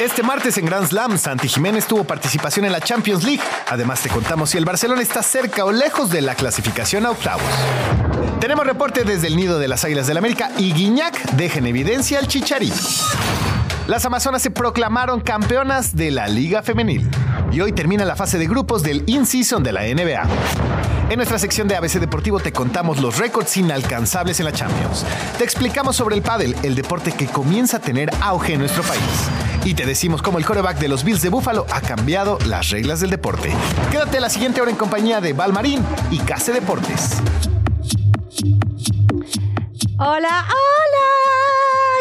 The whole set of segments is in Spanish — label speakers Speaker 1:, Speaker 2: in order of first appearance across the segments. Speaker 1: Este martes en Grand Slam, Santi Jiménez tuvo participación en la Champions League. Además, te contamos si el Barcelona está cerca o lejos de la clasificación a octavos. Tenemos reporte desde el nido de las Águilas del América y Guiñac deja en evidencia al Chicharito. Las Amazonas se proclamaron campeonas de la Liga Femenil. Y hoy termina la fase de grupos del In-Season de la NBA. En nuestra sección de ABC Deportivo te contamos los récords inalcanzables en la Champions. Te explicamos sobre el pádel, el deporte que comienza a tener auge en nuestro país. Y te decimos cómo el coreback de los Bills de Buffalo ha cambiado las reglas del deporte. Quédate a la siguiente hora en compañía de Valmarín y Case Deportes.
Speaker 2: Hola, hola.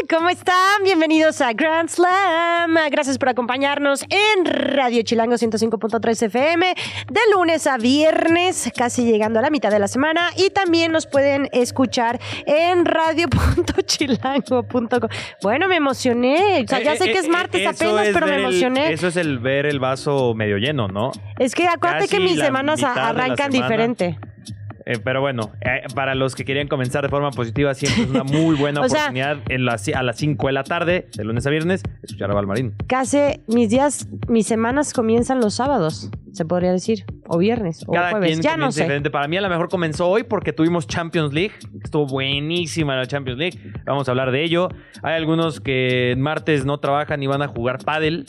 Speaker 2: ¿Cómo están? Bienvenidos a Grand Slam. Gracias por acompañarnos en Radio Chilango 105.3 FM de lunes a viernes, casi llegando a la mitad de la semana. Y también nos pueden escuchar en radio.chilango.com. Bueno, me emocioné. O sea, ya
Speaker 3: Eh,
Speaker 2: sé
Speaker 3: eh,
Speaker 2: que es
Speaker 3: eh,
Speaker 2: martes
Speaker 3: eso
Speaker 2: apenas,
Speaker 3: es
Speaker 2: pero me
Speaker 3: ver el-
Speaker 2: emocioné.
Speaker 3: eso es el ver el vaso medio lleno, ¿no?
Speaker 2: Es que acuérdate
Speaker 3: Casi
Speaker 2: que mis
Speaker 3: la
Speaker 2: semanas a-
Speaker 3: mitad de la
Speaker 2: arrancan
Speaker 3: semana.
Speaker 2: diferente.
Speaker 3: Eh, pero bueno, eh, para los que querían comenzar de forma positiva, siempre es una muy buena
Speaker 2: O sea-
Speaker 3: oportunidad en la- a las 5 de la tarde, de lunes a viernes, escuchar a Valmarín.
Speaker 2: Casi mis días, mis semanas comienzan los sábados, se podría decir, o viernes, o
Speaker 3: Cada
Speaker 2: jueves,
Speaker 3: quien
Speaker 2: ya no
Speaker 3: comienza
Speaker 2: sé.
Speaker 3: diferente. Para mí a lo mejor comenzó hoy porque tuvimos Champions League. Estuvo buenísima la Champions League. Vamos a hablar de ello. Hay algunos que en martes no trabajan y van a jugar pádel.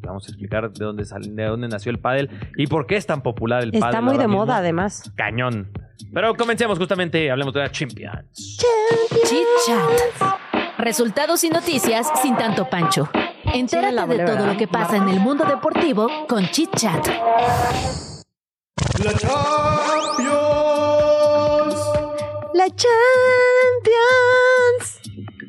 Speaker 3: Vamos a explicar de dónde salen, de dónde nació el pádel y por qué es tan popular el pádel.
Speaker 2: Está muy
Speaker 3: ahora
Speaker 2: de moda,
Speaker 3: mismo.
Speaker 2: además.
Speaker 3: Cañón. Pero comencemos justamente, hablemos de la Champions.
Speaker 4: Chit Chat. Resultados y noticias sin tanto pancho.
Speaker 2: Sí, la
Speaker 4: Entérate de
Speaker 2: verdad.
Speaker 4: todo lo que pasa en el mundo deportivo con Chit Chat.
Speaker 1: La Champions.
Speaker 2: La Champions.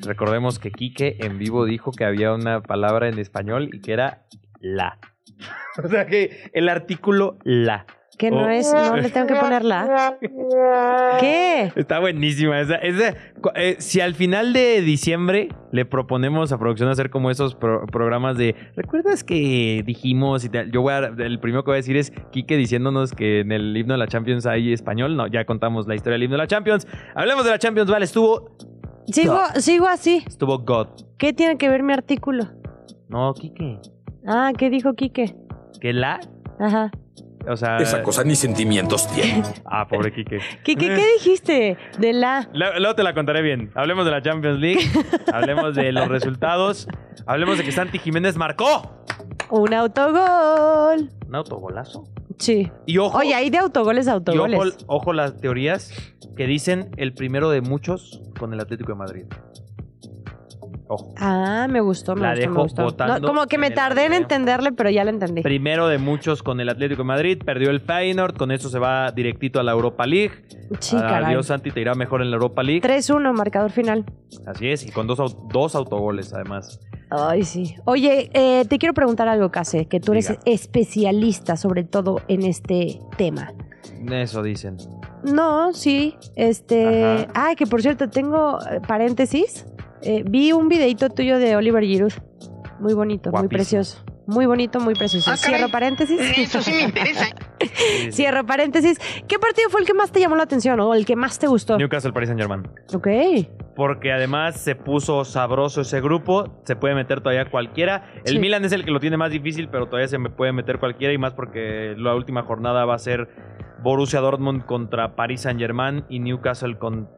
Speaker 3: Recordemos que Quique en vivo dijo que había una palabra en español y que era la. O sea que el artículo la.
Speaker 2: Que no
Speaker 3: Oh.
Speaker 2: es, no le tengo que ponerla. ¿Qué?
Speaker 3: Está buenísima. Esa, esa- cu- eh, si al final de diciembre le proponemos a producción hacer como esos pro- programas de. ¿Recuerdas que dijimos y tal? Yo voy a. El primero que voy a decir es Quique diciéndonos que en el himno de la Champions hay español. No, ya contamos la historia del himno de la Champions. Hablemos de la Champions, vale. Estuvo.
Speaker 2: Sigo, sigo así.
Speaker 3: Estuvo God.
Speaker 2: ¿Qué tiene que ver mi artículo?
Speaker 3: No, Quique.
Speaker 2: Ah, ¿qué dijo Quique?
Speaker 3: Que la.
Speaker 2: Ajá.
Speaker 3: O sea.
Speaker 5: Esa cosa ni sentimientos tiene.
Speaker 3: Ah, pobre Quique.
Speaker 2: Quique, ¿qué dijiste? De la.
Speaker 3: La- Luego te la contaré bien. Hablemos de la Champions League. Hablemos de los resultados. Hablemos de que Santi Jiménez marcó.
Speaker 2: Un autogol.
Speaker 3: Un autogolazo.
Speaker 2: Sí.
Speaker 3: Y ojo,
Speaker 2: Oye, hay de autogoles a
Speaker 3: y ojo,
Speaker 2: autogoles.
Speaker 3: ojo las teorías que dicen el primero de muchos con el Atlético de Madrid. Ojo.
Speaker 2: Ah, me gustó, me
Speaker 3: La
Speaker 2: gustó, me
Speaker 3: dejo
Speaker 2: gustó.
Speaker 3: votando
Speaker 2: No, como que me
Speaker 3: en el
Speaker 2: tardé en
Speaker 3: video.
Speaker 2: entenderle, pero ya la entendí.
Speaker 3: Primero de muchos con el Atlético de Madrid. Perdió el Feyenoord. Con eso se va directito a la Europa League.
Speaker 2: Sí,
Speaker 3: Ah,
Speaker 2: caray.
Speaker 3: Adiós, Santi. Te irá mejor en la Europa League.
Speaker 2: 3-1, marcador final.
Speaker 3: Así es. Y con dos, au- dos autogoles, además.
Speaker 2: Ay, sí. Oye, eh, te quiero preguntar algo, Case, que tú eres
Speaker 3: Diga.
Speaker 2: especialista sobre todo en este tema.
Speaker 3: Eso dicen.
Speaker 2: No, sí, este...
Speaker 3: Ajá.
Speaker 2: Ay, que por cierto, tengo eh, paréntesis. Eh, vi un videito tuyo de Oliver Giroud. Muy bonito, muy
Speaker 3: Guapísimo.
Speaker 2: precioso. Muy bonito, muy precioso.
Speaker 6: Ah, caray.
Speaker 2: Cierro paréntesis.
Speaker 6: Eso sí me interesa.
Speaker 3: Sí, sí.
Speaker 2: Cierro paréntesis. ¿Qué partido fue el que más te llamó la atención o el que más te gustó?
Speaker 3: Newcastle, Paris Saint Germain.
Speaker 2: Ok.
Speaker 3: Porque además se puso sabroso ese grupo. Se puede meter todavía cualquiera. El
Speaker 2: Sí.
Speaker 3: Milan es el que lo tiene más difícil, pero todavía se me puede meter cualquiera. Y más porque la última jornada va a ser Borussia Dortmund contra Paris Saint Germain y Newcastle con.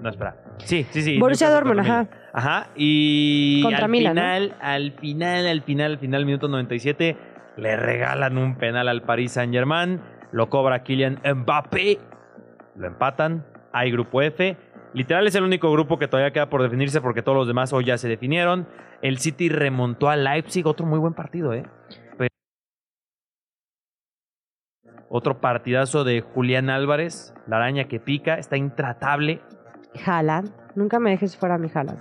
Speaker 3: No, espera. Sí, sí, sí.
Speaker 2: Borussia
Speaker 3: Newcastle
Speaker 2: Dortmund,
Speaker 3: contra
Speaker 2: ajá.
Speaker 3: Milan. Ajá. Y.
Speaker 2: Contra
Speaker 3: al
Speaker 2: Milan, ¿no?
Speaker 3: final, al final, al final, al final, minuto 97, le regalan un penal al Paris Saint Germain. Lo cobra Kylian Mbappé. Lo empatan. Hay grupo F. Literal es el único grupo que todavía queda por definirse porque todos los demás hoy ya se definieron. El City remontó a Leipzig, otro muy buen partido, ¿eh? Pe- Otro partidazo de Julián Álvarez, la araña que pica, está intratable.
Speaker 2: Haaland. Nunca me dejes fuera a mi Haaland.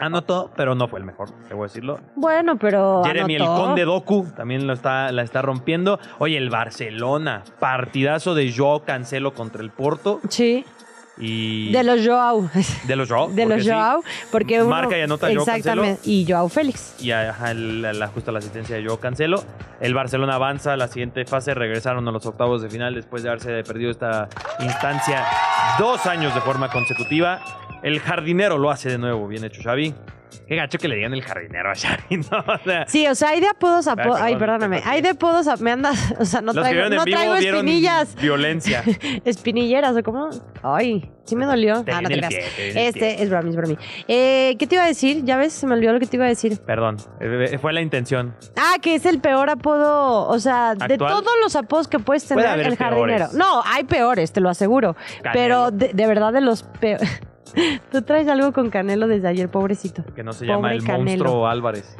Speaker 3: Anotó, pero no fue el mejor, debo decirlo.
Speaker 2: Bueno, pero.
Speaker 3: Jeremy el
Speaker 2: anotó.
Speaker 3: Conde Doku también lo está, la está rompiendo. Oye, el Barcelona, partidazo de Joao Cancelo contra el Porto
Speaker 2: Sí.
Speaker 3: y
Speaker 2: De los Joao.
Speaker 3: de los Joao,
Speaker 2: De los
Speaker 3: porque sí.
Speaker 2: Joao. Porque uno-
Speaker 3: Marca y anota Joao
Speaker 2: Exactamente. Y Joao Félix.
Speaker 3: Y ajá, el- la, la- justo la asistencia de Joao Cancelo. El Barcelona avanza a la siguiente fase. Regresaron a los octavos de final después de haberse perdido esta instancia dos años de forma consecutiva. El jardinero lo hace de nuevo. Bien hecho, Xavi. Qué gacho que le digan el jardinero a Xavi. ¿no? O sea,
Speaker 2: Sí, o sea, hay de apodos a...
Speaker 3: Ay,
Speaker 2: po- Ay,
Speaker 3: perdón,
Speaker 2: perdóname.
Speaker 3: perdón.
Speaker 2: Hay de apodos a... Me andas... O sea, no
Speaker 3: los que
Speaker 2: traigo,
Speaker 3: vieron en
Speaker 2: no
Speaker 3: vivo
Speaker 2: traigo
Speaker 3: vieron
Speaker 2: espinillas.
Speaker 3: violencia.
Speaker 2: Espinilleras, ¿o cómo? Ay, sí me dolió.
Speaker 3: Te
Speaker 2: Ah, no
Speaker 3: viene
Speaker 2: te
Speaker 3: el
Speaker 2: creas.
Speaker 3: pie, te viene el
Speaker 2: Este es Brami, es Brami. Eh, ¿Qué te iba a decir? Ya ves, se me olvidó lo que te iba a decir.
Speaker 3: Perdón, eh, fue la intención.
Speaker 2: Ah, que es el peor apodo, o sea, de
Speaker 3: ¿Actual?
Speaker 2: todos los apodos que puedes tener,
Speaker 3: Puede haber
Speaker 2: el jardinero.
Speaker 3: peores.
Speaker 2: No, hay peores, te lo aseguro.
Speaker 3: Canelo.
Speaker 2: Pero de, de verdad, de los peores. Tú traes algo con Canelo desde ayer, pobrecito.
Speaker 3: Que no se
Speaker 2: Pobre
Speaker 3: llama el
Speaker 2: Canelo.
Speaker 3: monstruo Álvarez.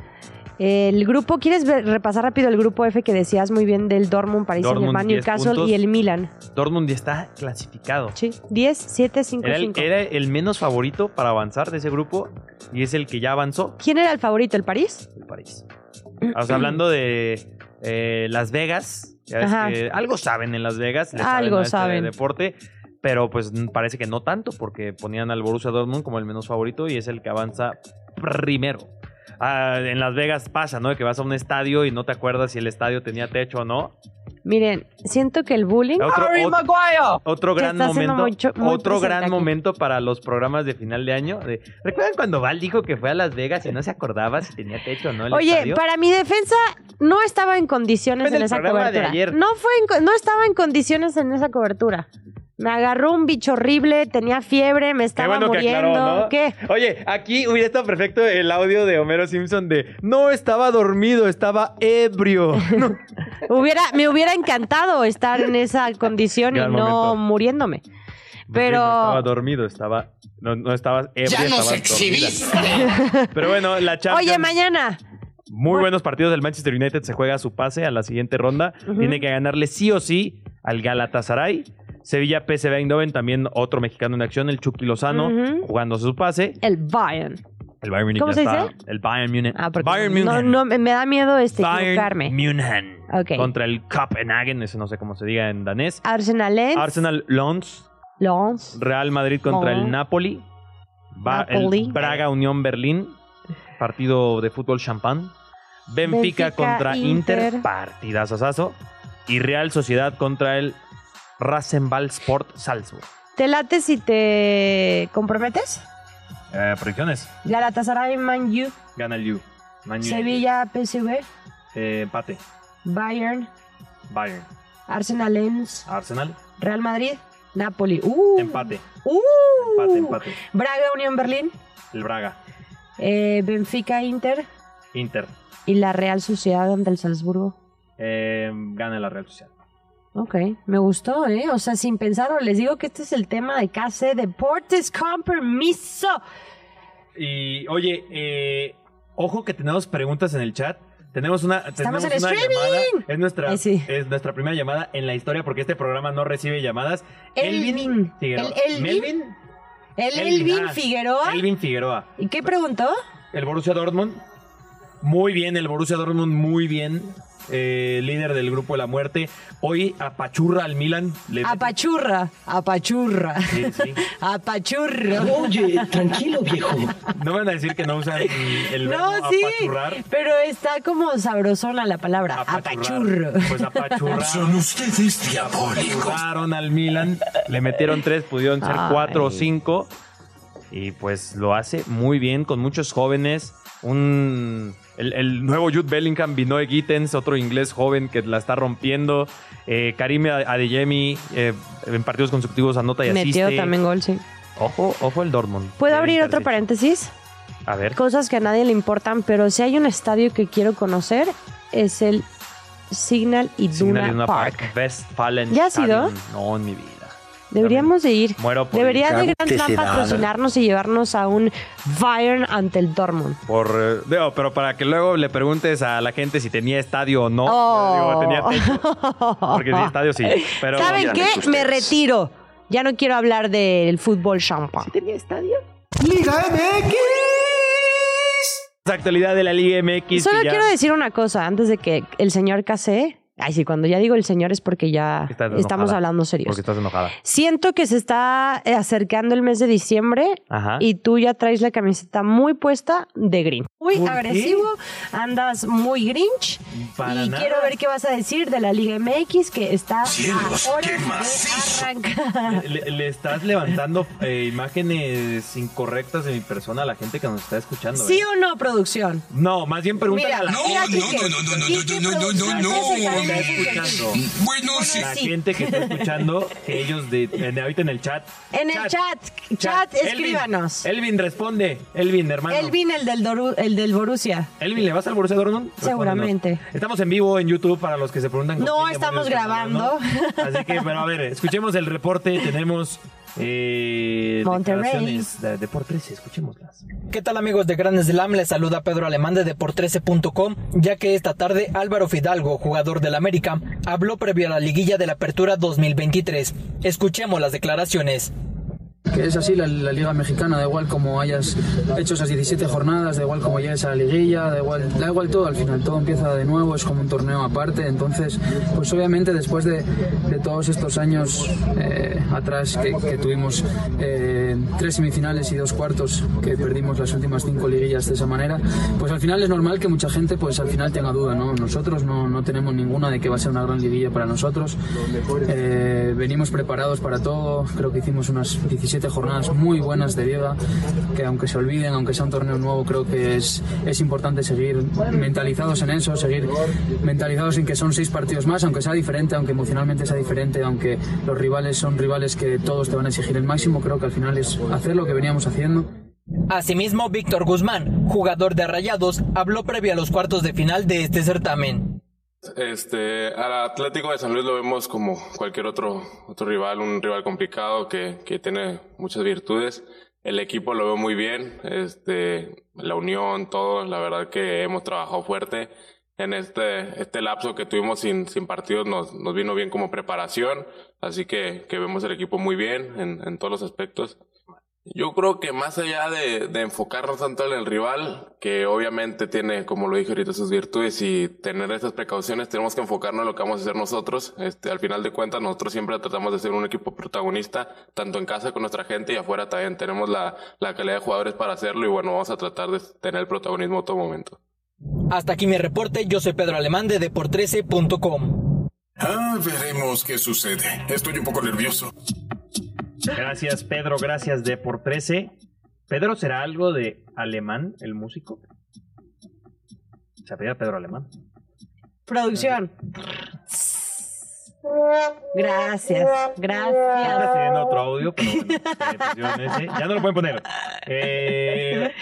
Speaker 2: El grupo, ¿quieres ver- repasar rápido el grupo F que decías muy bien del Dortmund, París, Saint
Speaker 3: Dortmund,
Speaker 2: Germain,
Speaker 3: 10
Speaker 2: Newcastle
Speaker 3: puntos.
Speaker 2: y el Milan?
Speaker 3: Dortmund ya está clasificado.
Speaker 2: Sí, 10, 7, 5,
Speaker 3: Era el,
Speaker 2: 5.
Speaker 3: era el menos favorito para avanzar de ese grupo y es el que ya avanzó,
Speaker 2: ¿Quién era el favorito, el París?
Speaker 3: el París.
Speaker 2: Mm.
Speaker 3: O sea, hablando de eh, Las Vegas, ya ves
Speaker 2: Ajá.
Speaker 3: que algo saben en Las Vegas, le
Speaker 2: Algo
Speaker 3: saben, a este
Speaker 2: saben.
Speaker 3: deporte, pero pues mm, parece que no tanto porque ponían al Borussia Dortmund como el menos favorito y es el que avanza primero. Ah, en Las Vegas pasa, ¿no? Que vas a un estadio y no te acuerdas si el estadio tenía techo o no.
Speaker 2: Miren, siento que el bullying.
Speaker 3: Otro- ot- otro
Speaker 2: Que
Speaker 3: gran
Speaker 2: está siendo
Speaker 3: momento.
Speaker 2: mucho- muy
Speaker 3: otro
Speaker 2: presente
Speaker 3: gran
Speaker 2: aquí.
Speaker 3: momento para los programas de final de año. De- ¿Recuerdan cuando Val dijo que fue a Las Vegas y no se acordaba si tenía techo o no? El
Speaker 2: Oye,
Speaker 3: estadio?
Speaker 2: para mi defensa no estaba en condiciones
Speaker 3: Fue en
Speaker 2: en,
Speaker 3: el
Speaker 2: esa
Speaker 3: programa de
Speaker 2: cobertura.
Speaker 3: ayer.
Speaker 2: No fue en co- no estaba en condiciones en esa cobertura. Me agarró un bicho horrible, tenía fiebre, me
Speaker 3: Qué
Speaker 2: estaba
Speaker 3: bueno que
Speaker 2: muriendo.
Speaker 3: aclaró, ¿no?
Speaker 2: ¿Qué?
Speaker 3: Oye, aquí hubiera estado perfecto el audio de Homero Simpson de no estaba dormido, estaba ebrio. No.
Speaker 2: Hubiera, me hubiera encantado estar en esa condición y no
Speaker 3: Gran momento.
Speaker 2: muriéndome. Pero-
Speaker 3: Pues No estaba dormido, estaba. No, no estaba ebrio,
Speaker 5: Ya nos
Speaker 3: estaba Pero bueno, la Champions.
Speaker 2: Oye, mañana.
Speaker 3: Muy buenos partidos. El Manchester United se juega su pase a la siguiente ronda.
Speaker 2: Ujú.
Speaker 3: Tiene que ganarle sí o sí al Galatasaray. Sevilla PSV Eindhoven, también otro mexicano en acción, el Chucky Lozano,
Speaker 2: Ujú.
Speaker 3: jugándose su pase.
Speaker 2: El Bayern.
Speaker 3: El Bayern Munich
Speaker 2: ¿Cómo
Speaker 3: ya
Speaker 2: se
Speaker 3: está.
Speaker 2: dice?
Speaker 3: El Bayern Munich.
Speaker 2: Ah, porque
Speaker 3: Bayern Munich.
Speaker 2: no, no, me me da miedo este
Speaker 3: Bayern
Speaker 2: equivocarme.
Speaker 3: Munich.
Speaker 2: Ok.
Speaker 3: Contra el Copenhagen, eso no sé cómo se diga en danés.
Speaker 2: Arsenal
Speaker 3: Arsenal Lons,
Speaker 2: Lons.
Speaker 3: Real Madrid contra
Speaker 2: Oh.
Speaker 3: el Napoli. Va el
Speaker 2: Napoli.
Speaker 3: Braga Unión Berlín, partido de fútbol champán. Benfica,
Speaker 2: Benfica,
Speaker 3: contra Inter,
Speaker 2: Inter.
Speaker 3: partidazazazo. Y Real Sociedad contra el Rasenball Sport Salzburg.
Speaker 2: ¿Te late si te comprometes?
Speaker 3: Eh, predicciones.
Speaker 2: Galatasaray, Man U,
Speaker 3: Gana el U. Man U.
Speaker 2: Sevilla, PSV,
Speaker 3: Eh, empate.
Speaker 2: Bayern,
Speaker 3: Bayern.
Speaker 2: Arsenal, Lens,
Speaker 3: Arsenal.
Speaker 2: Real Madrid, Napoli. Uh, Uh, Braga, Unión Berlín,
Speaker 3: El Braga.
Speaker 2: eh, Benfica, Inter
Speaker 3: Inter.
Speaker 2: y la Real Sociedad ante el Salzburgo.
Speaker 3: Eh, gana la Real Sociedad.
Speaker 2: Ok, me gustó, ¿eh? O sea, sin pensarlo, les digo que este es el tema de KC Deportes con permiso.
Speaker 3: Y oye, eh, ojo que tenemos preguntas en el chat. Tenemos una,
Speaker 2: Estamos
Speaker 3: tenemos
Speaker 2: en
Speaker 3: una
Speaker 2: streaming.
Speaker 3: llamada. Es nuestra,
Speaker 2: Ay, sí.
Speaker 3: es nuestra primera llamada en la historia porque este programa no recibe llamadas.
Speaker 2: Elvin.
Speaker 3: Figueroa.
Speaker 2: El Elvin.
Speaker 3: Melvin.
Speaker 2: El
Speaker 3: Elvin,
Speaker 2: Elvin
Speaker 3: ah,
Speaker 2: Figueroa.
Speaker 3: Elvin Figueroa.
Speaker 2: ¿Y qué preguntó?
Speaker 3: El Borussia Dortmund. Muy bien, el Borussia Dortmund, muy bien. Eh, líder del grupo de la muerte. Hoy apachurra al Milan. Le-
Speaker 2: Apachurra, apachurra,
Speaker 3: Sí, sí.
Speaker 2: apachurra.
Speaker 6: Oye, tranquilo, viejo.
Speaker 3: No van a decir que no usan el verbo
Speaker 2: No, sí,
Speaker 3: apachurrar.
Speaker 2: pero está como sabrosona la palabra, apachurro.
Speaker 3: Apachurrar. Pues apachurrar.
Speaker 5: Son ustedes diabólicos.
Speaker 3: Jugaron al Milan, le metieron tres, pudieron ser
Speaker 2: Ay.
Speaker 3: cuatro o cinco. Y pues lo hace muy bien, con muchos jóvenes. Un, el, el nuevo Jude Bellingham, Binoy Gittens, otro inglés joven que la está rompiendo. Eh, Karim Adeyemi, eh, en partidos consecutivos anota y asiste.
Speaker 2: Metió también gol, sí.
Speaker 3: Ojo, ojo el Dortmund.
Speaker 2: ¿Puedo
Speaker 3: Debe
Speaker 2: abrir otro
Speaker 3: interse-
Speaker 2: paréntesis?
Speaker 3: A ver,
Speaker 2: Cosas que a nadie le importan, pero si hay un estadio que quiero conocer, es el Signal
Speaker 3: Signal
Speaker 2: Iduna
Speaker 3: Iduna
Speaker 2: Park.
Speaker 3: Park, Westfalen
Speaker 2: ¿Ya has ido?
Speaker 3: Stadium. No, en mi vida.
Speaker 2: Deberíamos de ir.
Speaker 3: Muero por
Speaker 2: Debería de Grand Slam
Speaker 6: Cantidad.
Speaker 2: patrocinarnos y llevarnos a un Bayern ante el Dortmund.
Speaker 3: Por, eh, digo, pero para que luego le preguntes a la gente si tenía estadio o no.
Speaker 2: Oh.
Speaker 3: Digo, tenía techo. Porque sí, estadio sí. Pero
Speaker 2: ¿Saben
Speaker 6: Oigan,
Speaker 2: qué?
Speaker 6: ustedes.
Speaker 2: Me retiro. Ya no quiero hablar del fútbol champán.
Speaker 1: ¡Liga MX!
Speaker 3: actualidad de la Liga MX.
Speaker 2: Solo
Speaker 3: que ya
Speaker 2: quiero decir una cosa antes de que el señor casé. Ay, sí, cuando ya digo el señor es porque ya
Speaker 3: Estás
Speaker 2: estamos
Speaker 3: enojada.
Speaker 2: hablando serios.
Speaker 3: Porque estás enojada.
Speaker 2: Siento que se está eh, acercando el mes de diciembre
Speaker 3: Ajá.
Speaker 2: y tú ya traes la camiseta muy puesta de Grinch. Muy
Speaker 3: ¿Por
Speaker 2: agresivo, andas muy Grinch
Speaker 3: Para
Speaker 2: y
Speaker 3: nada.
Speaker 2: quiero ver qué vas a decir de la Liga MX que está
Speaker 5: Cielos,
Speaker 2: a horas
Speaker 5: qué
Speaker 2: de
Speaker 5: macizo.
Speaker 2: arrancar.
Speaker 3: Le, le estás levantando eh, imágenes incorrectas de mi persona a la gente que nos está escuchando.
Speaker 2: ¿Sí
Speaker 3: eh.
Speaker 2: o no, producción?
Speaker 3: No, más bien pregúntale
Speaker 2: Mira,
Speaker 3: a la
Speaker 5: No,
Speaker 2: mira,
Speaker 5: no,
Speaker 2: Quique,
Speaker 5: no, no, no, no,
Speaker 2: Quique,
Speaker 5: no, no, no,
Speaker 2: producción, ¿qué
Speaker 5: no, no,
Speaker 2: haces
Speaker 3: que
Speaker 5: no,
Speaker 2: acá?
Speaker 3: está escuchando.
Speaker 5: Bueno, sí.
Speaker 3: La
Speaker 2: sí.
Speaker 3: gente que está escuchando, que ellos de, en- ahorita en el chat.
Speaker 2: En el chat, chat,
Speaker 3: Elvin,
Speaker 2: escríbanos.
Speaker 3: Elvin, responde. Elvin, hermano.
Speaker 2: Elvin, el del, Doru- el del Borussia.
Speaker 3: Elvin, ¿le vas al Borussia Dortmund?
Speaker 2: Seguramente.
Speaker 3: Respóndenos. Estamos en vivo en YouTube para los que se preguntan. con
Speaker 2: No,
Speaker 3: quién
Speaker 2: estamos
Speaker 3: demonios hablando.
Speaker 2: grabando.
Speaker 3: Así que, bueno, a ver, escuchemos el reporte. Tenemos eh,
Speaker 2: Monterrey.
Speaker 3: declaraciones de deportes. Escuchémoslas.
Speaker 7: ¿Qué tal amigos de Gran Slam? Les saluda Pedro Alemán de Depor13.com, ya que esta tarde Álvaro Fidalgo, jugador del América, habló previo a la liguilla de la Apertura 2023. Escuchemos las declaraciones.
Speaker 8: que es así la, la liga mexicana, da igual como hayas hecho esas 17 jornadas, da igual como llegues a la liguilla, da igual, da igual todo al final, todo empieza de nuevo, es como un torneo aparte, entonces pues obviamente después de, de todos estos años eh, atrás que, que tuvimos eh, tres semifinales y dos cuartos que perdimos las últimas cinco liguillas de esa manera, pues al final es normal que mucha gente pues al final tenga duda, ¿no? Nosotros no, no tenemos ninguna de que va a ser una gran liguilla para nosotros, eh, venimos preparados para todo, creo que hicimos unas 17 jornadas muy buenas de liga, que aunque se olviden, aunque sea un torneo nuevo, creo que es, es importante seguir mentalizados en eso, seguir mentalizados en que son seis partidos más, aunque sea diferente, aunque emocionalmente sea diferente, aunque los rivales son rivales que todos te van a exigir el máximo, creo que al final es hacer lo que veníamos haciendo.
Speaker 7: Asimismo, Víctor Guzmán, jugador de Rayados, habló previo a los cuartos de final de este certamen.
Speaker 9: Este, al Atlético de San Luis lo vemos como cualquier otro, otro rival, un rival complicado que, que tiene muchas virtudes. El equipo lo veo muy bien, este, la unión, todo, la verdad que hemos trabajado fuerte. En este, este lapso que tuvimos sin, sin partidos nos, nos vino bien como preparación, así que, que vemos el equipo muy bien en, en todos los aspectos. Yo creo que más allá de, de enfocarnos tanto en el rival, que obviamente tiene, como lo dije ahorita, sus virtudes y tener esas precauciones, tenemos que enfocarnos en lo que vamos a hacer nosotros. Este, al final de cuentas, nosotros siempre tratamos de ser un equipo protagonista, tanto en casa con nuestra gente y afuera también. Tenemos la, la calidad de jugadores para hacerlo y bueno, vamos a tratar de tener el protagonismo en todo momento.
Speaker 7: Hasta aquí mi reporte, yo soy Pedro Alemán de Depor13.com.
Speaker 5: Ah, veremos qué sucede. Estoy un poco nervioso.
Speaker 3: Gracias, Pedro. Gracias, de por 13. ¿Pedro será algo de alemán, el músico? Se apellida Pedro Alemán.
Speaker 2: Producción. Gracias,
Speaker 3: Está
Speaker 2: gracias.
Speaker 3: pidiendo otro audio, pero bueno, eh, pusieron ese. ya no lo pueden poner. Eh,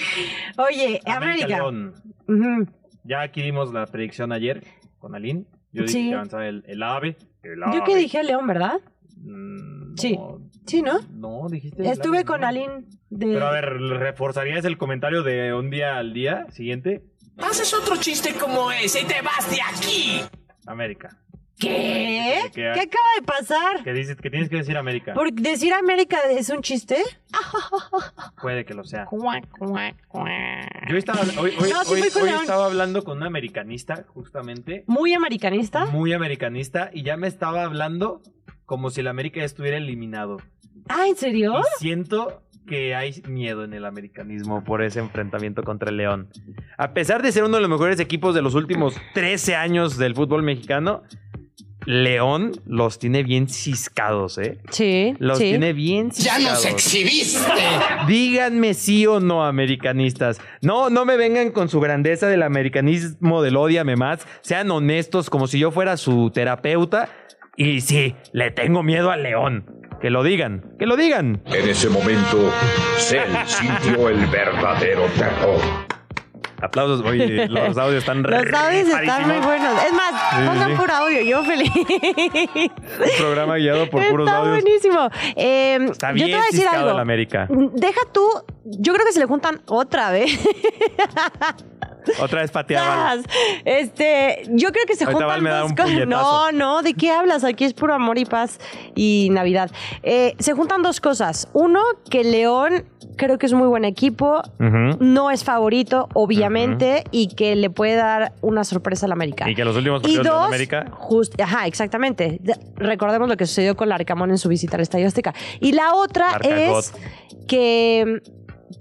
Speaker 2: Oye,
Speaker 3: América
Speaker 2: América.
Speaker 3: León.
Speaker 2: Ujú.
Speaker 3: Ya aquí dimos la predicción ayer con Aline. Yo dije
Speaker 2: Sí.
Speaker 3: que avanzaba el, el ave. El
Speaker 2: Yo
Speaker 3: ave.
Speaker 2: que dije León, ¿verdad?
Speaker 3: Mm, no.
Speaker 2: Sí. Sí, ¿no?
Speaker 3: No, dijiste. el
Speaker 2: Estuve
Speaker 3: ave,
Speaker 2: con
Speaker 3: no.
Speaker 2: Aline de...
Speaker 3: Pero a ver, ¿reforzarías el comentario de un día al día siguiente?
Speaker 6: Haces otro chiste como ese y te vas de aquí.
Speaker 3: América.
Speaker 2: ¿Qué?
Speaker 3: ¿Qué
Speaker 2: ¿Qué acaba de pasar?
Speaker 3: Que dices que tienes que decir América.
Speaker 2: ¿Por decir América es un chiste?
Speaker 3: Puede que lo sea.
Speaker 2: Cuac, cuac, cuac.
Speaker 3: Yo estaba, hoy, hoy-
Speaker 2: No, sí
Speaker 3: hoy-
Speaker 2: fui con
Speaker 3: hoy
Speaker 2: León.
Speaker 3: estaba hablando con un americanista, justamente.
Speaker 2: Muy americanista.
Speaker 3: Muy americanista. Y ya me estaba hablando como si el América ya estuviera eliminado.
Speaker 2: Ah, ¿en serio?
Speaker 3: Y siento que hay miedo en el americanismo por ese enfrentamiento contra el León. A pesar de ser uno de los mejores equipos de los últimos 13 años del fútbol mexicano, León los tiene bien ciscados, ¿eh?
Speaker 2: Sí,
Speaker 3: Los
Speaker 2: sí.
Speaker 3: tiene bien ciscados.
Speaker 5: exhibiste!
Speaker 3: Díganme sí o no, americanistas. No, no me vengan con su grandeza del americanismo, del odiame más. Sean honestos, como si yo fuera su terapeuta. Y sí, le tengo miedo al león. Que lo digan, que lo digan.
Speaker 10: En ese momento, Cell sintió el verdadero terror.
Speaker 3: Aplausos, oye, los audios están
Speaker 2: Los audios están muy
Speaker 3: rifadísimos.
Speaker 2: buenos. Es más,
Speaker 3: sí,
Speaker 2: pongan
Speaker 3: sí.
Speaker 2: puro audio, yo feliz.
Speaker 3: Un programa guiado por puros
Speaker 2: Está
Speaker 3: audios.
Speaker 2: buenísimo. Eh,
Speaker 3: Está
Speaker 2: yo
Speaker 3: bien
Speaker 2: te voy a decir
Speaker 3: ciscado
Speaker 2: algo.
Speaker 3: el América.
Speaker 2: Deja tú, yo creo que se le juntan otra vez.
Speaker 3: Otra vez pateaba.
Speaker 2: Tras. Este, yo creo que se
Speaker 3: Ahorita
Speaker 2: juntan
Speaker 3: Val me da
Speaker 2: dos
Speaker 3: un
Speaker 2: cosas.
Speaker 3: puñetazo.
Speaker 2: No, no, ¿de qué hablas? Aquí es puro amor y paz y Navidad. Eh, se juntan dos cosas. Uno, que León creo que es un muy buen equipo,
Speaker 3: Ujú.
Speaker 2: no es favorito, obviamente, y que le puede dar una sorpresa al América.
Speaker 3: Y que los últimos
Speaker 2: Ah, Y
Speaker 3: partidos de
Speaker 2: dos,
Speaker 3: América.
Speaker 2: just- ajá, exactamente. De- Recordemos lo que sucedió con Larcamón en su visita al Estadio Azteca. Y la otra
Speaker 3: Larcagot.
Speaker 2: es que,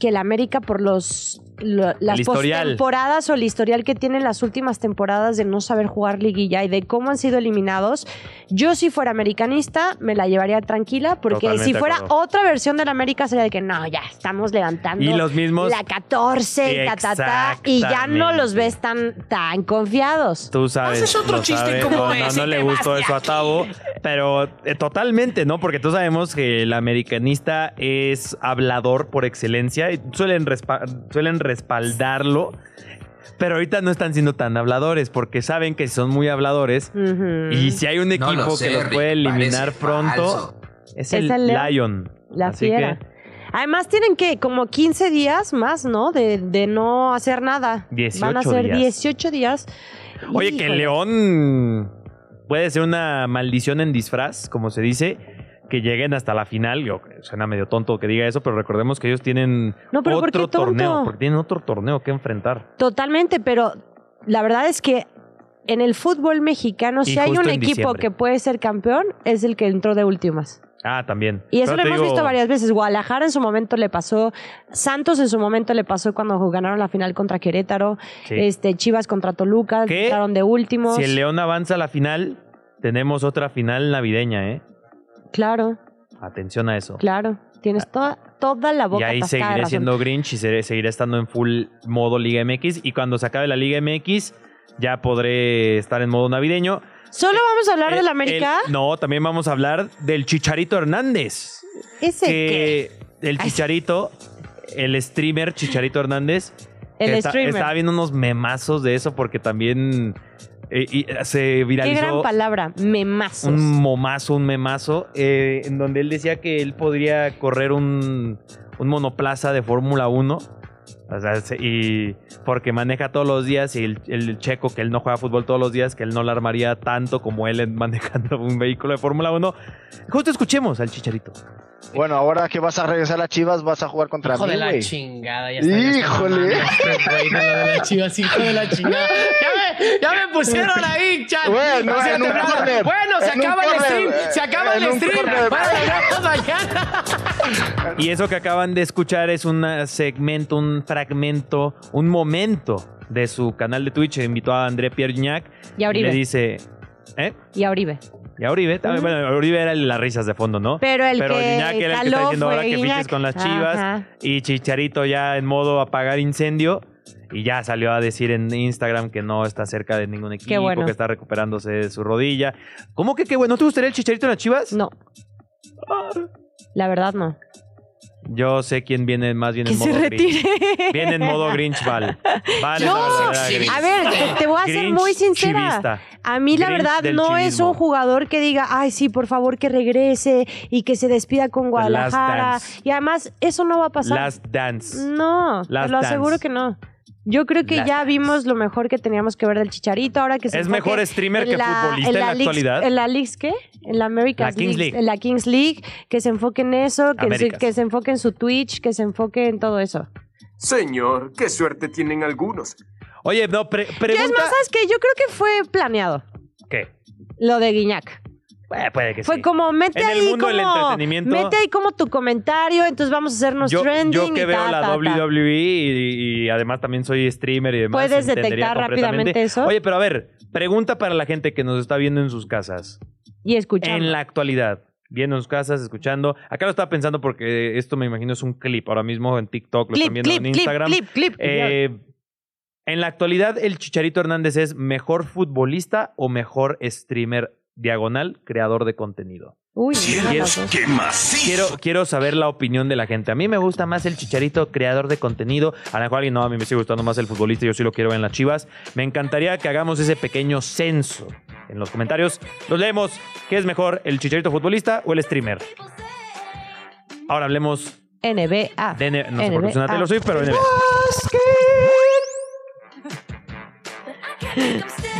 Speaker 2: que el América por los lo- las
Speaker 3: El historial.
Speaker 2: postemporadas o el historial que tienen las últimas temporadas de no saber jugar liguilla y de cómo han sido eliminados, yo si fuera americanista me la llevaría tranquila porque
Speaker 3: Totalmente
Speaker 2: si
Speaker 3: de
Speaker 2: fuera
Speaker 3: acuerdo.
Speaker 2: otra versión del América sería de que no, ya estamos levantando
Speaker 3: Y los mismos-
Speaker 2: la 14 y ta, ta, ta, y ya no los
Speaker 3: Exactamente.
Speaker 2: ves tan, tan confiados.
Speaker 3: Tú sabes.
Speaker 6: Haces otro
Speaker 3: lo
Speaker 6: chiste
Speaker 3: sabes,
Speaker 6: como
Speaker 3: no, no,
Speaker 6: ese
Speaker 3: No,
Speaker 6: y
Speaker 3: le
Speaker 6: te
Speaker 3: gustó
Speaker 6: vas de
Speaker 3: eso a
Speaker 6: aquí.
Speaker 3: Tavo. Pero eh, totalmente, ¿no? Porque todos sabemos que el americanista es hablador por excelencia y suelen, respa- suelen respaldarlo. Pero ahorita no están siendo tan habladores porque saben que si son muy habladores
Speaker 2: Ujú.
Speaker 3: y si hay un
Speaker 11: No
Speaker 3: equipo
Speaker 11: lo sé,
Speaker 3: que los
Speaker 11: Rick,
Speaker 3: puede eliminar
Speaker 11: parece
Speaker 3: pronto,
Speaker 11: falso.
Speaker 2: Es
Speaker 3: es el,
Speaker 2: el León,
Speaker 3: Lion.
Speaker 2: La
Speaker 3: Así
Speaker 2: fiera.
Speaker 3: que
Speaker 2: Además tienen que como 15 días más, ¿no? De, de no hacer nada. Van a
Speaker 3: 18
Speaker 2: ser
Speaker 3: días.
Speaker 2: 18 días.
Speaker 3: Oye, que
Speaker 2: Híjole.
Speaker 3: León puede ser una maldición en disfraz, como se dice, que lleguen hasta la final. Yo, suena medio tonto que diga eso, pero recordemos que ellos tienen
Speaker 2: No, pero ¿por qué
Speaker 3: otro
Speaker 2: tonto?
Speaker 3: torneo, porque tienen otro torneo que enfrentar.
Speaker 2: Totalmente, pero la verdad es que en el fútbol mexicano,
Speaker 3: Y
Speaker 2: si hay
Speaker 3: justo
Speaker 2: un
Speaker 3: en
Speaker 2: equipo
Speaker 3: diciembre.
Speaker 2: que puede ser campeón, es el que entró de últimas.
Speaker 3: Ah, también.
Speaker 2: Y eso
Speaker 3: Pero te
Speaker 2: lo hemos
Speaker 3: digo,
Speaker 2: visto varias veces. Guadalajara en su momento le pasó, Santos en su momento le pasó cuando ganaron la final contra Querétaro,
Speaker 3: Sí.
Speaker 2: este Chivas contra Toluca,
Speaker 3: ¿Qué?
Speaker 2: quedaron de últimos.
Speaker 3: Si el León avanza a la final, tenemos otra final navideña, ¿eh?
Speaker 2: Claro,
Speaker 3: Atención a eso.
Speaker 2: claro. Tienes toda, toda la
Speaker 3: Ah, Y
Speaker 2: boca
Speaker 3: ahí
Speaker 2: atascada de
Speaker 3: seguiré
Speaker 2: razón.
Speaker 3: siendo Grinch y seré- seguiré estando en full modo Liga MX. Y cuando se acabe la Liga MX, ya podré estar en modo navideño.
Speaker 2: Solo vamos a hablar
Speaker 3: Eh, El-
Speaker 2: del América.
Speaker 3: el- no, también vamos a hablar del Chicharito Hernández.
Speaker 2: Ese que-
Speaker 3: que el Chicharito, el streamer Chicharito Hernández,
Speaker 2: El
Speaker 3: que está-
Speaker 2: streamer.
Speaker 3: estaba viendo unos memazos de eso porque también eh, y, eh, se
Speaker 2: Qué gran
Speaker 3: viralizó Mm,
Speaker 2: palabra, memazos.
Speaker 3: un momazo, un memazo, eh, en donde él decía que él podría correr un, un monoplaza de Fórmula 1. O sea, se- y porque maneja todos los días y el, el checo que él no juega fútbol todos los días, que él no la armaría tanto como él en- manejando un vehículo de Fórmula 1. Justo escuchemos al chicharito.
Speaker 12: Bueno, ahora que vas a regresar a Chivas, vas a jugar contra
Speaker 11: Hijo
Speaker 12: mí,
Speaker 11: de la
Speaker 12: güey.
Speaker 11: chingada, ya está.
Speaker 12: Híjole.
Speaker 11: Ya está, mamando este güey con lo de la chivas, hijo de la chingada. Ya me, ya me pusieron ahí, chat.
Speaker 12: Bueno,
Speaker 11: Me pusieron
Speaker 12: en un
Speaker 11: temblando.
Speaker 12: corner.
Speaker 11: Bueno, se
Speaker 12: En un
Speaker 11: acaba el
Speaker 12: corner,
Speaker 11: stream,
Speaker 12: eh,
Speaker 11: se acaba
Speaker 12: en
Speaker 11: el
Speaker 12: un
Speaker 11: stream.
Speaker 12: corner.
Speaker 11: Bueno, nos vemos mañana.
Speaker 3: Y eso que acaban de escuchar es un eh, segmento, un fragmento, un momento de su canal de Twitch. Invitó a André Pierre
Speaker 2: Y a
Speaker 3: y
Speaker 2: Uribe.
Speaker 3: le dice, ¿eh?
Speaker 2: Y a Uribe.
Speaker 3: Y a Uribe, también, bueno, Uribe era el de las risas de fondo, ¿no?
Speaker 2: Pero el que
Speaker 3: Guiñac era el que está
Speaker 2: caló
Speaker 3: diciendo
Speaker 2: fue
Speaker 3: ahora que fiches
Speaker 2: Guiñac.
Speaker 3: con las chivas.
Speaker 2: Ajá.
Speaker 3: Y Chicharito ya en modo apagar incendio. Y ya salió a decir en Instagram que no está cerca de ningún equipo,
Speaker 2: bueno.
Speaker 3: que está recuperándose de su rodilla. ¿Cómo que qué bueno? ¿No te gustaría el Chicharito en las chivas?
Speaker 2: No. La verdad no.
Speaker 3: Yo sé quién viene más bien
Speaker 2: Que
Speaker 3: en modo
Speaker 2: se
Speaker 3: Grinch.
Speaker 2: retire.
Speaker 3: Viene en modo Grinch, Val. Val es la
Speaker 2: No,
Speaker 3: verdadera Grinch.
Speaker 2: a ver, te, te voy a ser
Speaker 3: Grinch
Speaker 2: muy sincera.
Speaker 3: chivista.
Speaker 2: A mí la
Speaker 3: Grinch
Speaker 2: verdad
Speaker 3: del
Speaker 2: no es
Speaker 3: chivismo.
Speaker 2: un jugador que diga, ay sí, por favor que regrese y que se despida con Guadalajara.
Speaker 3: Pues Dance.
Speaker 2: Y además eso no va a pasar.
Speaker 3: Last Dance.
Speaker 2: No, te
Speaker 3: Last
Speaker 2: lo aseguro
Speaker 3: Dance.
Speaker 2: que no. Yo creo que
Speaker 3: Last
Speaker 2: ya
Speaker 3: Dance.
Speaker 2: vimos lo mejor que teníamos que ver del Chicharito ahora que se
Speaker 3: ¿Es
Speaker 2: enfoque
Speaker 3: mejor streamer
Speaker 2: en
Speaker 3: que futbolista en la
Speaker 2: Leagues-
Speaker 3: actualidad?
Speaker 2: En la Leagues, ¿qué? En la America's
Speaker 3: La
Speaker 2: Leagues,
Speaker 3: Kings League.
Speaker 2: En la Kings League, que se enfoque en eso, que, se,
Speaker 3: Américas.
Speaker 2: que se enfoque en su Twitch, que se enfoque en todo eso.
Speaker 13: Señor, qué suerte tienen algunos.
Speaker 3: Oye, no, pre-
Speaker 2: Y es
Speaker 3: pregunta.
Speaker 2: más, ¿sabes qué? Yo creo que fue planeado
Speaker 3: ¿Qué?
Speaker 2: lo de Guiñac.
Speaker 3: Eh, puede que
Speaker 2: Fue
Speaker 3: sí.
Speaker 2: como mete
Speaker 3: En el
Speaker 2: ahí
Speaker 3: mundo del
Speaker 2: como
Speaker 3: entretenimiento-
Speaker 2: mete ahí como tu comentario, entonces vamos a hacernos
Speaker 3: yo,
Speaker 2: trending
Speaker 3: yo que
Speaker 2: y
Speaker 3: veo
Speaker 2: ta,
Speaker 3: la
Speaker 2: ta, ta.
Speaker 3: WWE y, y además también soy streamer y demás.
Speaker 2: ¿Puedes
Speaker 3: entendería
Speaker 2: detectar
Speaker 3: completamente.
Speaker 2: rápidamente eso?
Speaker 3: Oye, pero a ver, pregunta para la gente que nos está viendo en sus casas.
Speaker 2: y escuchamos.
Speaker 3: E En la actualidad, viendo en sus casas, escuchando. Acá lo estaba pensando porque esto me imagino es un clip ahora mismo en TikTok, lo
Speaker 2: clip,
Speaker 3: están viendo
Speaker 2: clip,
Speaker 3: en
Speaker 2: clip,
Speaker 3: Instagram.
Speaker 2: clip, clip,
Speaker 3: Eh, en la actualidad, el Chicharito Hernández es mejor futbolista o mejor streamer diagonal, creador de contenido.
Speaker 2: Uy, no,
Speaker 3: quiero-
Speaker 2: las dos.
Speaker 13: ¡Qué macizo!
Speaker 3: Quiero, quiero saber la opinión de la gente. A mí me gusta más el Chicharito, creador de contenido. A la cual, no, a mí me sigue gustando más el futbolista. Yo sí lo quiero ver en las chivas. Me encantaría que hagamos ese pequeño censo en los comentarios. Los leemos. ¿Qué es mejor, el Chicharito futbolista o el streamer? Ahora hablemos
Speaker 2: NBA. ah.
Speaker 3: de... N- No sé por qué
Speaker 2: NBA.
Speaker 3: suena Taylor Swift, pero NBA.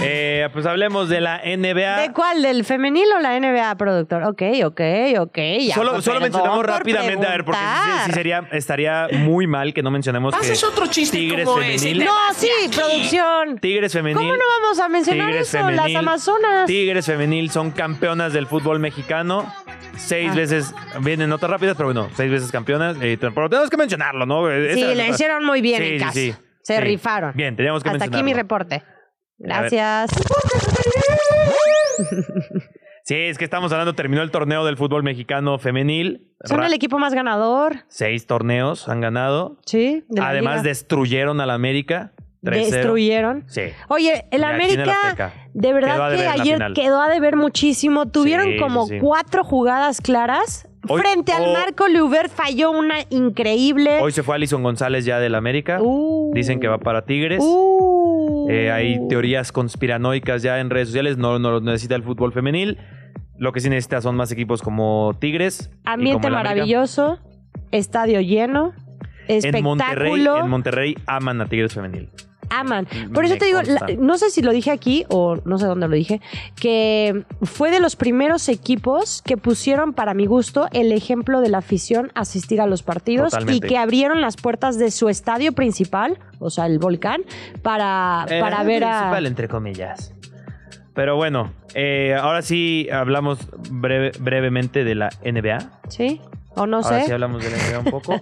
Speaker 3: Eh, pues hablemos de la NBA.
Speaker 2: ¿De cuál? ¿Del femenil o la NBA, productor? Ok, ok, ok. ya,
Speaker 3: solo,
Speaker 2: pues,
Speaker 3: solo
Speaker 2: perdón
Speaker 3: mencionamos
Speaker 2: por
Speaker 3: rápidamente, a ver, porque sí- sí, sí sería, estaría muy mal que no mencionemos que
Speaker 2: Haces otro chiste
Speaker 3: Tigres
Speaker 2: como ese,
Speaker 3: femenil.
Speaker 2: te No, vas de sí, aquí. producción.
Speaker 3: Tigres femenil.
Speaker 2: ¿Cómo no vamos a mencionar
Speaker 3: Tigres
Speaker 2: eso? Las amazonas.
Speaker 3: Tigres femenil son campeonas del fútbol mexicano. Seis
Speaker 2: Ah.
Speaker 3: veces, vienen notas rápidas, pero bueno, seis veces campeonas. Eh, pero tenemos que mencionarlo, ¿no? Eh,
Speaker 2: Sí,
Speaker 3: Esa-
Speaker 2: lo hicieron muy bien
Speaker 3: Sí,
Speaker 2: en
Speaker 3: sí,
Speaker 2: casa.
Speaker 3: sí.
Speaker 2: Se
Speaker 3: Sí.
Speaker 2: rifaron.
Speaker 3: Bien, teníamos que
Speaker 2: Hasta aquí
Speaker 3: mencionarlo.
Speaker 2: mi reporte.
Speaker 3: A ver.
Speaker 2: Gracias.
Speaker 3: Sí, es que estamos hablando, terminó el torneo del fútbol mexicano femenil.
Speaker 2: Son
Speaker 3: Ra-
Speaker 2: el equipo más ganador.
Speaker 3: Seis torneos han ganado.
Speaker 2: Sí. de la
Speaker 3: Además,
Speaker 2: liga.
Speaker 3: destruyeron a la América. 3-0.
Speaker 2: Destruyeron.
Speaker 3: Sí.
Speaker 2: Oye, el
Speaker 3: Y al Chile la
Speaker 2: América,
Speaker 3: Azteca.
Speaker 2: de
Speaker 3: Quedó a
Speaker 2: verdad que
Speaker 3: deber la
Speaker 2: ayer
Speaker 3: final.
Speaker 2: quedó a deber muchísimo. Tuvieron
Speaker 3: sí,
Speaker 2: como
Speaker 3: sí.
Speaker 2: cuatro jugadas claras.
Speaker 3: Hoy-
Speaker 2: Frente al
Speaker 3: oh.
Speaker 2: Marco Leubert falló una increíble.
Speaker 3: Hoy se fue Alison González ya del América.
Speaker 2: Uh.
Speaker 3: Dicen que va para Tigres. Eh, hay teorías conspiranoicas ya en redes sociales. No, no lo necesita el fútbol femenil. Lo que sí necesita son más equipos como Tigres. y como
Speaker 2: Ambiente
Speaker 3: el América.
Speaker 2: este maravilloso, estadio lleno,
Speaker 3: En Monterrey,
Speaker 2: espectáculo.
Speaker 3: en Monterrey aman a Tigres femenil.
Speaker 2: aman. Por eso
Speaker 3: Me
Speaker 2: te digo,
Speaker 3: consta.
Speaker 2: la- no sé si lo dije aquí o no sé dónde lo dije, que fue de los primeros equipos que pusieron, para mi gusto, el ejemplo de la afición a asistir a los partidos
Speaker 14: Totalmente.
Speaker 2: y que abrieron las puertas de su estadio principal, o sea, el Volcán, para,
Speaker 3: Eh,
Speaker 2: para ver a...
Speaker 3: principal, entre comillas. Pero bueno, eh, ahora sí hablamos breve- brevemente de la NBA.
Speaker 2: ¿Sí? O no
Speaker 3: ahora
Speaker 2: sé.
Speaker 3: sí hablamos de la NBA un poco.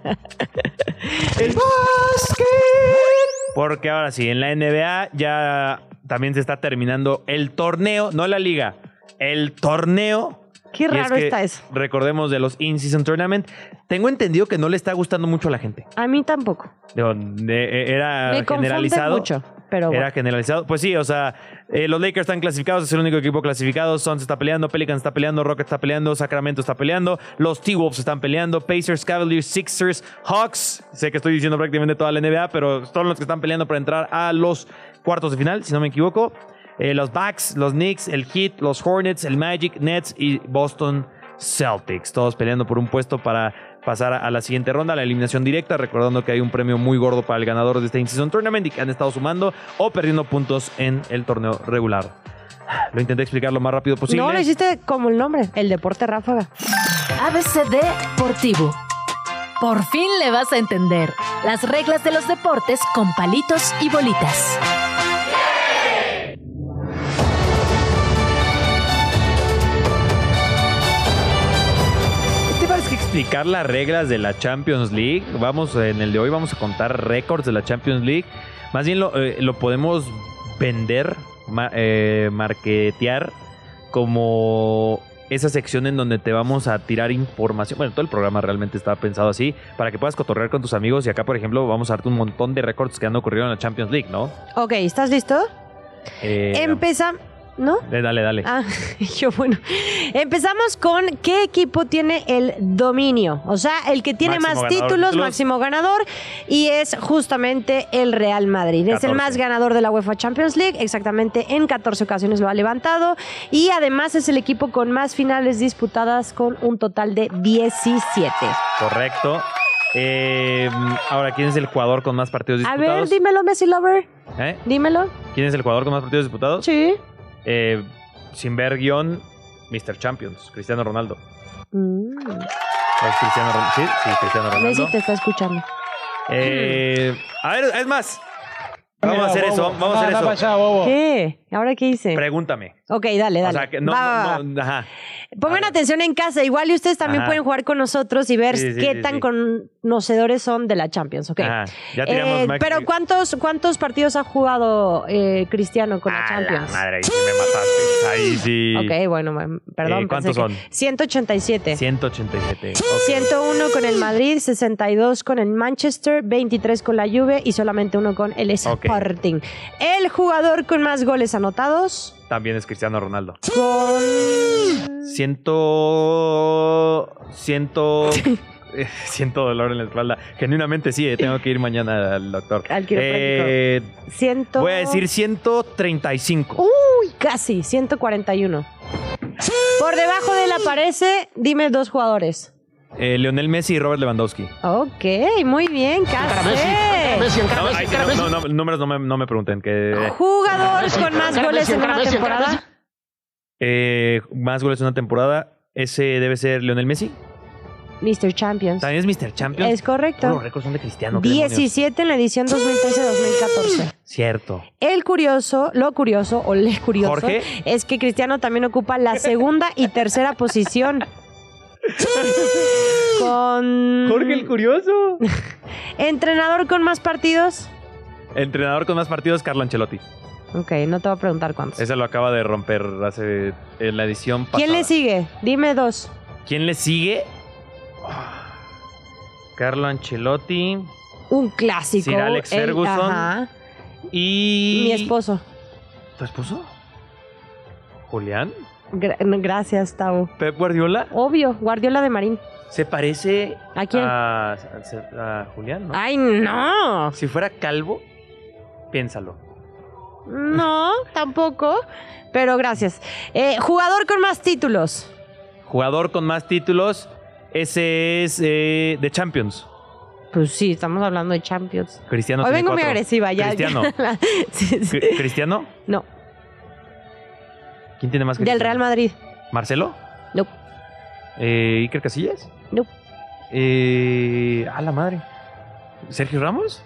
Speaker 3: Porque ahora sí, en la NBA ya también se está terminando el torneo, no la liga, el torneo.
Speaker 2: Qué
Speaker 3: Y es
Speaker 2: raro
Speaker 3: que
Speaker 2: está eso.
Speaker 3: Recordemos de los In-Season Tournament. Tengo entendido que no le está gustando mucho a la gente.
Speaker 2: A mí tampoco.
Speaker 3: Digo, de- e- era
Speaker 2: Me confunde
Speaker 3: generalizado.
Speaker 2: mucho, pero bueno.
Speaker 3: Era generalizado. Pues sí, o sea, eh, los Lakers están clasificados, es el único equipo clasificado. Suns está peleando, Pelicans está peleando, Rockets está peleando, Sacramento está peleando, los T-Wolves están peleando, Pacers, Cavaliers, Sixers, Hawks. Sé que estoy diciendo prácticamente toda la NBA, pero son los que están peleando para entrar a los cuartos de final, si no me equivoco. Eh, los Bucks, los Knicks, el Heat, los Hornets, el Magic, Nets y Boston Celtics. Todos peleando por un puesto para pasar a la siguiente ronda, a la eliminación directa. Recordando que hay un premio muy gordo para el ganador de este In-Season Tournament y que han estado sumando o perdiendo puntos en el torneo regular. Lo intenté explicar lo más rápido posible.
Speaker 2: No, lo hiciste como el nombre, el deporte ráfaga.
Speaker 4: ABCD Portivo. Por fin le vas a entender las reglas de los deportes con palitos y bolitas.
Speaker 3: ¿Te vas a explicar las reglas de la Champions League? Vamos, en el de hoy vamos a contar récords de la Champions League. Más bien lo, eh, lo podemos vender, ma- eh, marketear como esa sección en donde te vamos a tirar información. Bueno, todo el programa realmente estaba pensado así, para que puedas cotorrear con tus amigos. Y acá, por ejemplo, vamos a darte un montón de récords que han ocurrido en la Champions League, ¿no?
Speaker 2: Ok, ¿estás listo?
Speaker 3: Eh,
Speaker 2: Empezamos, ¿no?
Speaker 3: eh, dale, dale.
Speaker 2: Em, Ah, yo bueno. Empezamos con qué equipo tiene el dominio. O sea, el que tiene
Speaker 14: Máximo
Speaker 2: más
Speaker 14: ganador de
Speaker 2: títulos,
Speaker 14: títulos.
Speaker 2: máximo ganador, y es justamente el Real Madrid. Es el
Speaker 14: 14.
Speaker 2: más ganador de la UEFA Champions League, exactamente en 14 ocasiones lo ha levantado. Y además es el equipo con más finales disputadas con un total de 17.
Speaker 3: Correcto. Eh, ahora, ¿quién es el jugador con más partidos
Speaker 2: A ver,
Speaker 3: disputados?
Speaker 2: dímelo, Messi Lover.
Speaker 3: ¿Eh?
Speaker 2: Dímelo.
Speaker 3: ¿Quién es el jugador con más partidos disputados?
Speaker 2: Sí.
Speaker 3: Eh, sin ver guión, Mr. Champions, Cristiano Ronaldo.
Speaker 2: Mm.
Speaker 3: Es Cristiano Ronaldo. Sí, sí, Cristiano Ronaldo.
Speaker 2: Messi te está escuchando.
Speaker 3: Eh, a ver, es más. Vamos
Speaker 11: Mira,
Speaker 3: a hacer
Speaker 11: bobo.
Speaker 3: eso, vamos a
Speaker 11: Ah,
Speaker 3: hacer
Speaker 11: da
Speaker 3: eso.
Speaker 11: para allá, bobo.
Speaker 2: ¿Qué? ¿Ahora qué hice?
Speaker 3: Pregúntame.
Speaker 2: Ok, dale, dale.
Speaker 3: Oh. O sea, que no,
Speaker 2: Va, va, va.
Speaker 3: no, no, ajá.
Speaker 2: Pongan atención en casa, igual y ustedes también
Speaker 3: Ajá.
Speaker 2: pueden jugar con nosotros y ver
Speaker 3: Sí, sí,
Speaker 2: qué
Speaker 3: sí,
Speaker 2: tan
Speaker 3: sí.
Speaker 2: conocedores son de la Champions, ¿ok?
Speaker 3: Ajá. Ya tiramos
Speaker 2: Eh,
Speaker 3: Max-
Speaker 2: pero ¿cuántos, ¿cuántos partidos ha jugado eh, Cristiano con la Champions?
Speaker 3: Madre, ahí sí me mataste. Ahí sí.
Speaker 2: Ok, bueno, ma- perdón.
Speaker 3: Eh, ¿cuántos
Speaker 2: pensé que-
Speaker 3: son?
Speaker 2: 187.
Speaker 3: 187.
Speaker 2: 101 con el Madrid, 62 con el Manchester, 23 con la Juve y solamente uno con el Sporting. El jugador con más goles anotados
Speaker 3: También es Cristiano Ronaldo.
Speaker 2: con
Speaker 3: Siento. Siento. eh, Siento dolor en la espalda. Genuinamente sí, eh, tengo que ir mañana al doctor.
Speaker 2: Al quiropráctico.
Speaker 3: Eh,
Speaker 2: ciento...
Speaker 3: voy a decir 135.
Speaker 2: Uy, casi, 141. Por debajo de él aparece, dime dos jugadores.
Speaker 3: Eh, Lionel Messi y Robert Lewandowski.
Speaker 2: Ok, muy bien, casi.
Speaker 3: No, ay, sí, no, no, no, números no me, no me pregunten. Que,
Speaker 2: Jugador con más
Speaker 11: Encarnación,
Speaker 2: goles en una
Speaker 11: Encarnación,
Speaker 2: temporada.
Speaker 3: eh, más goles en una temporada. Ese debe ser Lionel Messi.
Speaker 2: Mr. Champions.
Speaker 3: También es Mr. Champions.
Speaker 2: Es correcto.
Speaker 3: Todos los récords son de Cristiano. qué demonios.
Speaker 2: 17 en la edición 2013-2014.
Speaker 3: Cierto.
Speaker 2: El curioso, lo curioso o le curioso
Speaker 3: Jorge.
Speaker 2: es que Cristiano también ocupa la segunda y tercera posición. con
Speaker 3: Jorge el curioso.
Speaker 2: entrenador con más partidos.
Speaker 3: Entrenador con más partidos, Carlo Ancelotti.
Speaker 2: Ok, no te voy a preguntar cuántos.
Speaker 3: Ese lo acaba de romper hace en la edición pasada.
Speaker 2: ¿Quién le sigue? Dime dos.
Speaker 3: ¿Quién le sigue? Carlo Ancelotti
Speaker 2: Un clásico.
Speaker 3: Sir Alex
Speaker 2: El-
Speaker 3: Ferguson.
Speaker 2: ajá.
Speaker 3: y...
Speaker 2: Mi esposo.
Speaker 3: ¿Tu esposo? ¿Julián?
Speaker 2: Gra- no, gracias, Tavo.
Speaker 3: ¿Pep Guardiola?
Speaker 2: Obvio, Guardiola de Marín.
Speaker 3: ¿Se parece
Speaker 2: ¿A quién? Ah.
Speaker 3: A, a- a Julián? ¿no?
Speaker 2: ¡Ay, no!
Speaker 3: Si fuera calvo, piénsalo.
Speaker 2: No, tampoco. Pero gracias. Eh, jugador con más títulos.
Speaker 3: Jugador con más títulos, ese es eh, de Champions.
Speaker 2: Pues sí, estamos hablando de Champions.
Speaker 3: Cristiano
Speaker 2: Hoy
Speaker 3: tiene
Speaker 2: vengo muy
Speaker 3: cuatro.
Speaker 2: agresiva ya.
Speaker 3: Cristiano.
Speaker 2: ya. Sí, sí.
Speaker 3: Cri- ¿Cristiano?
Speaker 2: No,
Speaker 3: ¿Quién tiene más que
Speaker 2: del Real
Speaker 3: Cristiano?
Speaker 2: Madrid.
Speaker 3: ¿Marcelo?
Speaker 2: No,
Speaker 3: Eh, ¿Iker Casillas?
Speaker 2: no,
Speaker 3: Eh, a la madre. ¿Sergio Ramos?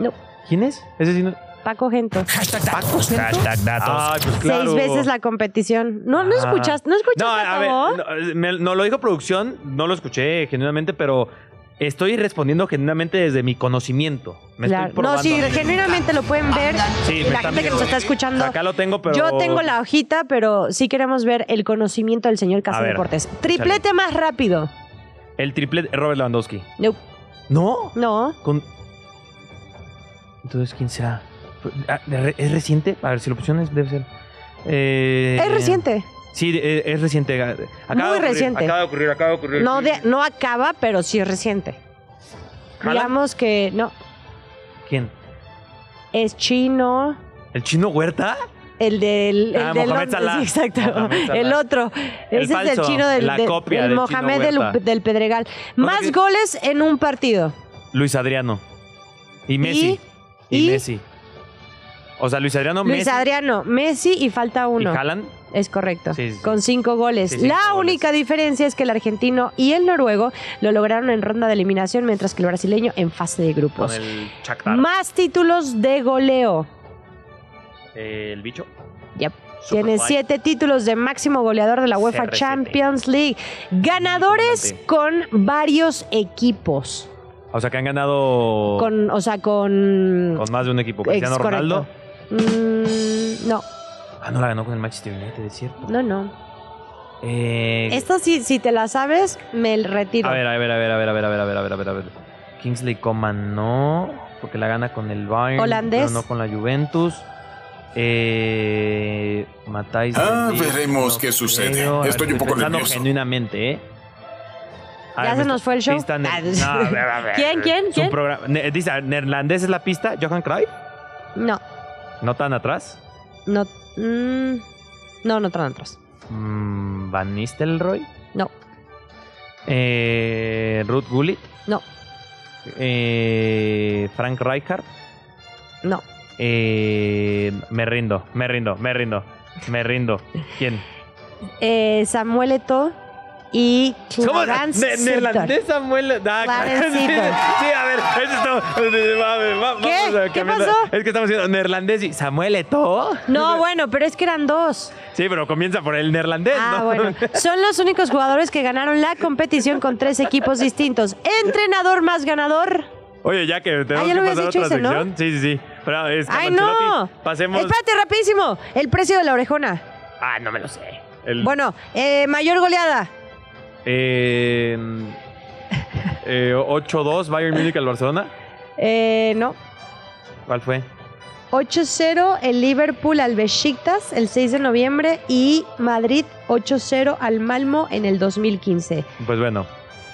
Speaker 2: no.
Speaker 3: ¿Quién es? Ese sí no-
Speaker 2: Paco Gento.
Speaker 3: Paco. Hashtag datos. Ay, pues claro.
Speaker 2: Seis veces la competición. No, no
Speaker 3: Ah.
Speaker 2: escuchaste, no escuchaste.
Speaker 3: No, a ver,
Speaker 2: Tavo?
Speaker 3: no, eh, me- no lo dijo producción, no lo escuché genuinamente, pero estoy respondiendo genuinamente desde mi conocimiento. Me
Speaker 2: Claro.
Speaker 3: estoy probando.
Speaker 2: No, sí, genuinamente lo pueden ver.
Speaker 3: Sí, me
Speaker 2: la
Speaker 3: están
Speaker 2: gente que nos
Speaker 3: viendo.
Speaker 2: está escuchando.
Speaker 3: Acá lo tengo, pero.
Speaker 2: Yo tengo la hojita, pero sí queremos ver el conocimiento del señor Casa
Speaker 3: ver,
Speaker 2: Deportes. Triplete más rápido.
Speaker 3: El triple Robert Lewandowski.
Speaker 2: No.
Speaker 3: No.
Speaker 2: No.
Speaker 3: Con... Entonces, ¿quién será? Ah, ¿re- ¿Es reciente? A ver si la opción es, debe ser. Eh,
Speaker 2: Es reciente.
Speaker 3: Sí, eh, es reciente. Acaba de
Speaker 2: Muy
Speaker 3: ocurrir,
Speaker 2: reciente.
Speaker 3: Acaba de ocurrir, acaba de ocurrir.
Speaker 2: No, de- no acaba, pero sí es reciente.
Speaker 3: ¿Haaland?
Speaker 2: Digamos que no.
Speaker 3: ¿Quién?
Speaker 2: Es chino.
Speaker 3: ¿El chino Huerta?
Speaker 2: El del. El
Speaker 3: Ah,
Speaker 2: del
Speaker 3: Mohamed
Speaker 2: otro-
Speaker 3: Salah.
Speaker 2: sí, exacto.
Speaker 3: Mohamed Salah.
Speaker 2: El otro.
Speaker 3: El
Speaker 2: Ese es el
Speaker 3: falso,
Speaker 2: chino del.
Speaker 3: la
Speaker 2: del-
Speaker 3: copia
Speaker 2: el
Speaker 3: del chino
Speaker 2: Mohamed del-
Speaker 3: Huerta.
Speaker 2: del, Pedregal. Más
Speaker 3: que-
Speaker 2: goles en un partido.
Speaker 3: Luis Adriano. Y Messi. Y,
Speaker 2: ¿Y?
Speaker 3: Messi. O sea, Luis Adriano,
Speaker 2: Luis
Speaker 3: Messi.
Speaker 2: Adriano, Messi y falta uno.
Speaker 3: ¿Y Haaland?
Speaker 2: Es correcto.
Speaker 3: Sí, sí, sí.
Speaker 2: Con cinco goles.
Speaker 3: Sí, cinco
Speaker 2: la
Speaker 3: goles.
Speaker 2: única diferencia es que el argentino y el noruego lo lograron en ronda de eliminación, mientras que el brasileño en fase de
Speaker 3: Con
Speaker 2: grupos.
Speaker 3: el Shakhtar.
Speaker 2: Más títulos de goleo.
Speaker 3: Eh, el bicho.
Speaker 2: Yep.
Speaker 3: Superfly.
Speaker 2: Tiene siete títulos de máximo goleador de la UEFA
Speaker 3: CR7.
Speaker 2: Champions League. Ganadores con varios equipos.
Speaker 3: O sea, que han ganado con,
Speaker 2: Con, o sea, con.
Speaker 3: más de un equipo.
Speaker 2: Ex-
Speaker 3: Oh. Cristiano
Speaker 2: correcto.
Speaker 3: Ronaldo.
Speaker 2: Mm, no,
Speaker 3: Ah, no la ganó con el Manchester United, es cierto.
Speaker 2: no, no.
Speaker 3: Eh,
Speaker 2: Esta, si, si te la sabes, me el retiro.
Speaker 3: a ver, a ver, a ver, a ver, a ver, a ver, a ver, a ver, a ver, a ver. Kingsley Coman no, porque la gana con el Bayern.
Speaker 2: Holandés.
Speaker 3: Pero no con la Juventus. Eh, Matáis.
Speaker 5: Ah,
Speaker 3: Mendy,
Speaker 5: veremos
Speaker 3: no
Speaker 5: qué sucede.
Speaker 3: creo. A ver,
Speaker 5: Estoy un poco
Speaker 3: pensando
Speaker 5: nervioso.
Speaker 3: genuinamente, ¿eh?
Speaker 2: ¿Ya
Speaker 3: A ver,
Speaker 2: se
Speaker 3: me
Speaker 2: nos
Speaker 3: está-
Speaker 2: fue el show?
Speaker 3: pista ne-
Speaker 2: Ah,
Speaker 3: No, a ver, a ver.
Speaker 2: ¿Quién, quién,
Speaker 3: Es un
Speaker 2: quién?
Speaker 3: programa- ne- Dice, ¿neerlandés es la pista? ¿Johan Cruyff?
Speaker 2: No,
Speaker 3: ¿No tan atrás?
Speaker 2: no. mm, no, no traen atrás.
Speaker 3: Mm, ¿Van Nistelrooy?
Speaker 2: No,
Speaker 3: Eh, Ruth Gullit.
Speaker 2: no,
Speaker 3: Eh, Frank Rijkaard.
Speaker 2: no.
Speaker 3: Eh, me rindo, me rindo, me rindo, me rindo. ¿Quién?
Speaker 2: Eh, Samuel Eto'o y Clarence
Speaker 3: Ne-
Speaker 2: Seedorf.
Speaker 3: neerlandés Samuel. Ah,
Speaker 2: Clarence
Speaker 3: sí,
Speaker 2: Seedorf.
Speaker 3: sí, a ver, eso está- a ver, va-
Speaker 2: ¿Qué?
Speaker 3: vamos a
Speaker 2: ¿Qué
Speaker 3: cambiar la-
Speaker 2: pasó?
Speaker 3: Es que estamos diciendo neerlandés y Samuel Eto'o.
Speaker 2: No, bueno, pero es que eran dos.
Speaker 3: Sí, pero comienza por el neerlandés,
Speaker 2: Ah,
Speaker 3: ¿no?
Speaker 2: bueno. Son los únicos jugadores que ganaron la competición con tres equipos distintos. Entrenador más ganador.
Speaker 3: Oye, ya que tenemos
Speaker 2: Ah, ya
Speaker 3: que
Speaker 2: lo habías
Speaker 3: pasar a
Speaker 2: dicho
Speaker 3: otra
Speaker 2: ese, ¿no?
Speaker 3: sección. Sí, sí, sí. Pero es que
Speaker 2: ¡Ay,
Speaker 3: Ancelotti,
Speaker 2: no!
Speaker 3: Pasemos.
Speaker 2: Espérate, rapidísimo. El precio de la orejona.
Speaker 3: Ah, no me lo sé. El-
Speaker 2: Bueno, eh, mayor goleada.
Speaker 3: Eh, eh, 8-2 Bayern Múnich al Barcelona.
Speaker 2: Eh, no.
Speaker 3: ¿Cuál fue?
Speaker 2: 8-0 el Liverpool al Besiktas el 6 de noviembre y Madrid 8-0 al Malmo en el 2015.
Speaker 3: Pues bueno,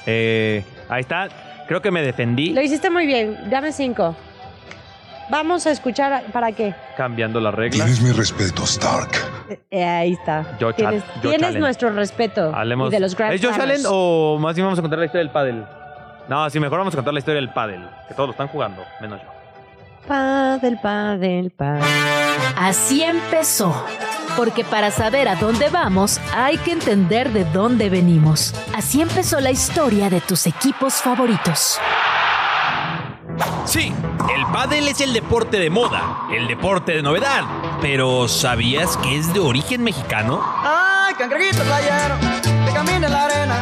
Speaker 3: eh, ahí está. Creo que me defendí
Speaker 2: Lo hiciste muy bien. Dame 5. Vamos a escuchar a- para qué.
Speaker 3: cambiando las reglas.
Speaker 14: mi respeto, Stark.
Speaker 2: Eh, ahí está.
Speaker 3: Yo
Speaker 2: tienes
Speaker 3: chat- yo
Speaker 2: tienes
Speaker 3: challenge.
Speaker 2: nuestro respeto
Speaker 3: Hablemos.
Speaker 2: y de los Grand
Speaker 3: ¿Es Josh
Speaker 2: Slammers.
Speaker 3: Allen o más bien vamos a contar la historia del pádel? No, sí, mejor vamos a contar la historia del pádel, que todos lo están jugando, menos yo.
Speaker 2: Padel, padel, padel.
Speaker 4: Así empezó. Porque para saber a dónde vamos, hay que entender de dónde venimos. Así empezó la historia de tus equipos favoritos.
Speaker 14: Sí, el pádel es el deporte de moda, el deporte de novedad. Pero ¿sabías que es de origen mexicano?
Speaker 15: Ay, cangrejito playero, que camina en la arena.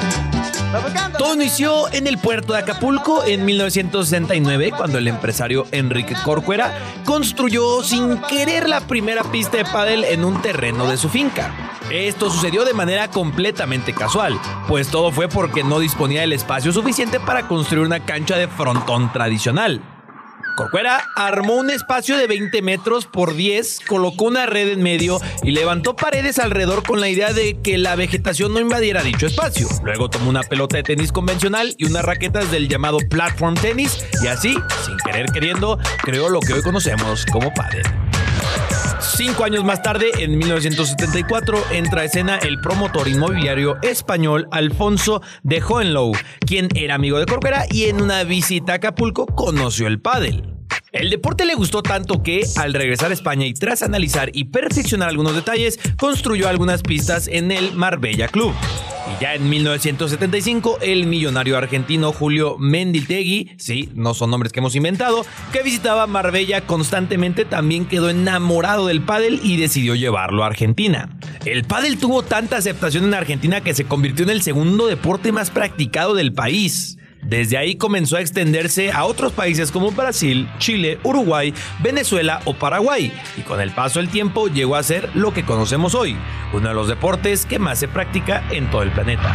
Speaker 15: va buscando-
Speaker 14: Todo inició en el puerto de Acapulco en 1969, cuando el empresario Enrique Corcuera construyó sin querer la primera pista de pádel en un terreno de su finca. Esto sucedió de manera completamente casual, pues todo fue porque no disponía del espacio suficiente para construir una cancha de frontón tradicional. Corcuera armó un espacio de 20 metros por 10, colocó una red en medio y levantó paredes alrededor con la idea de que la vegetación no invadiera dicho espacio. Luego tomó una pelota de tenis convencional y unas raquetas del llamado platform tenis y así, sin querer queriendo, creó lo que hoy conocemos como pádel. Cinco años más tarde, en 1974, entra a escena el promotor inmobiliario español Alfonso de Hohenlohe, quien era amigo de Corcuera y en una visita a Acapulco conoció el pádel. El deporte le gustó tanto que, al regresar a España y tras analizar y perfeccionar algunos detalles, construyó algunas pistas en el Marbella Club. Y ya en 1975, el millonario argentino Julio Menditegui, sí, no son nombres que hemos inventado, que visitaba Marbella constantemente, también quedó enamorado del pádel y decidió llevarlo a Argentina. El pádel tuvo tanta aceptación en Argentina que se convirtió en el segundo deporte más practicado del país. Desde ahí comenzó a extenderse a otros países como Brasil, Chile, Uruguay, Venezuela o Paraguay, y con el paso del tiempo llegó a ser lo que conocemos hoy, uno de los deportes que más se practica en todo el planeta.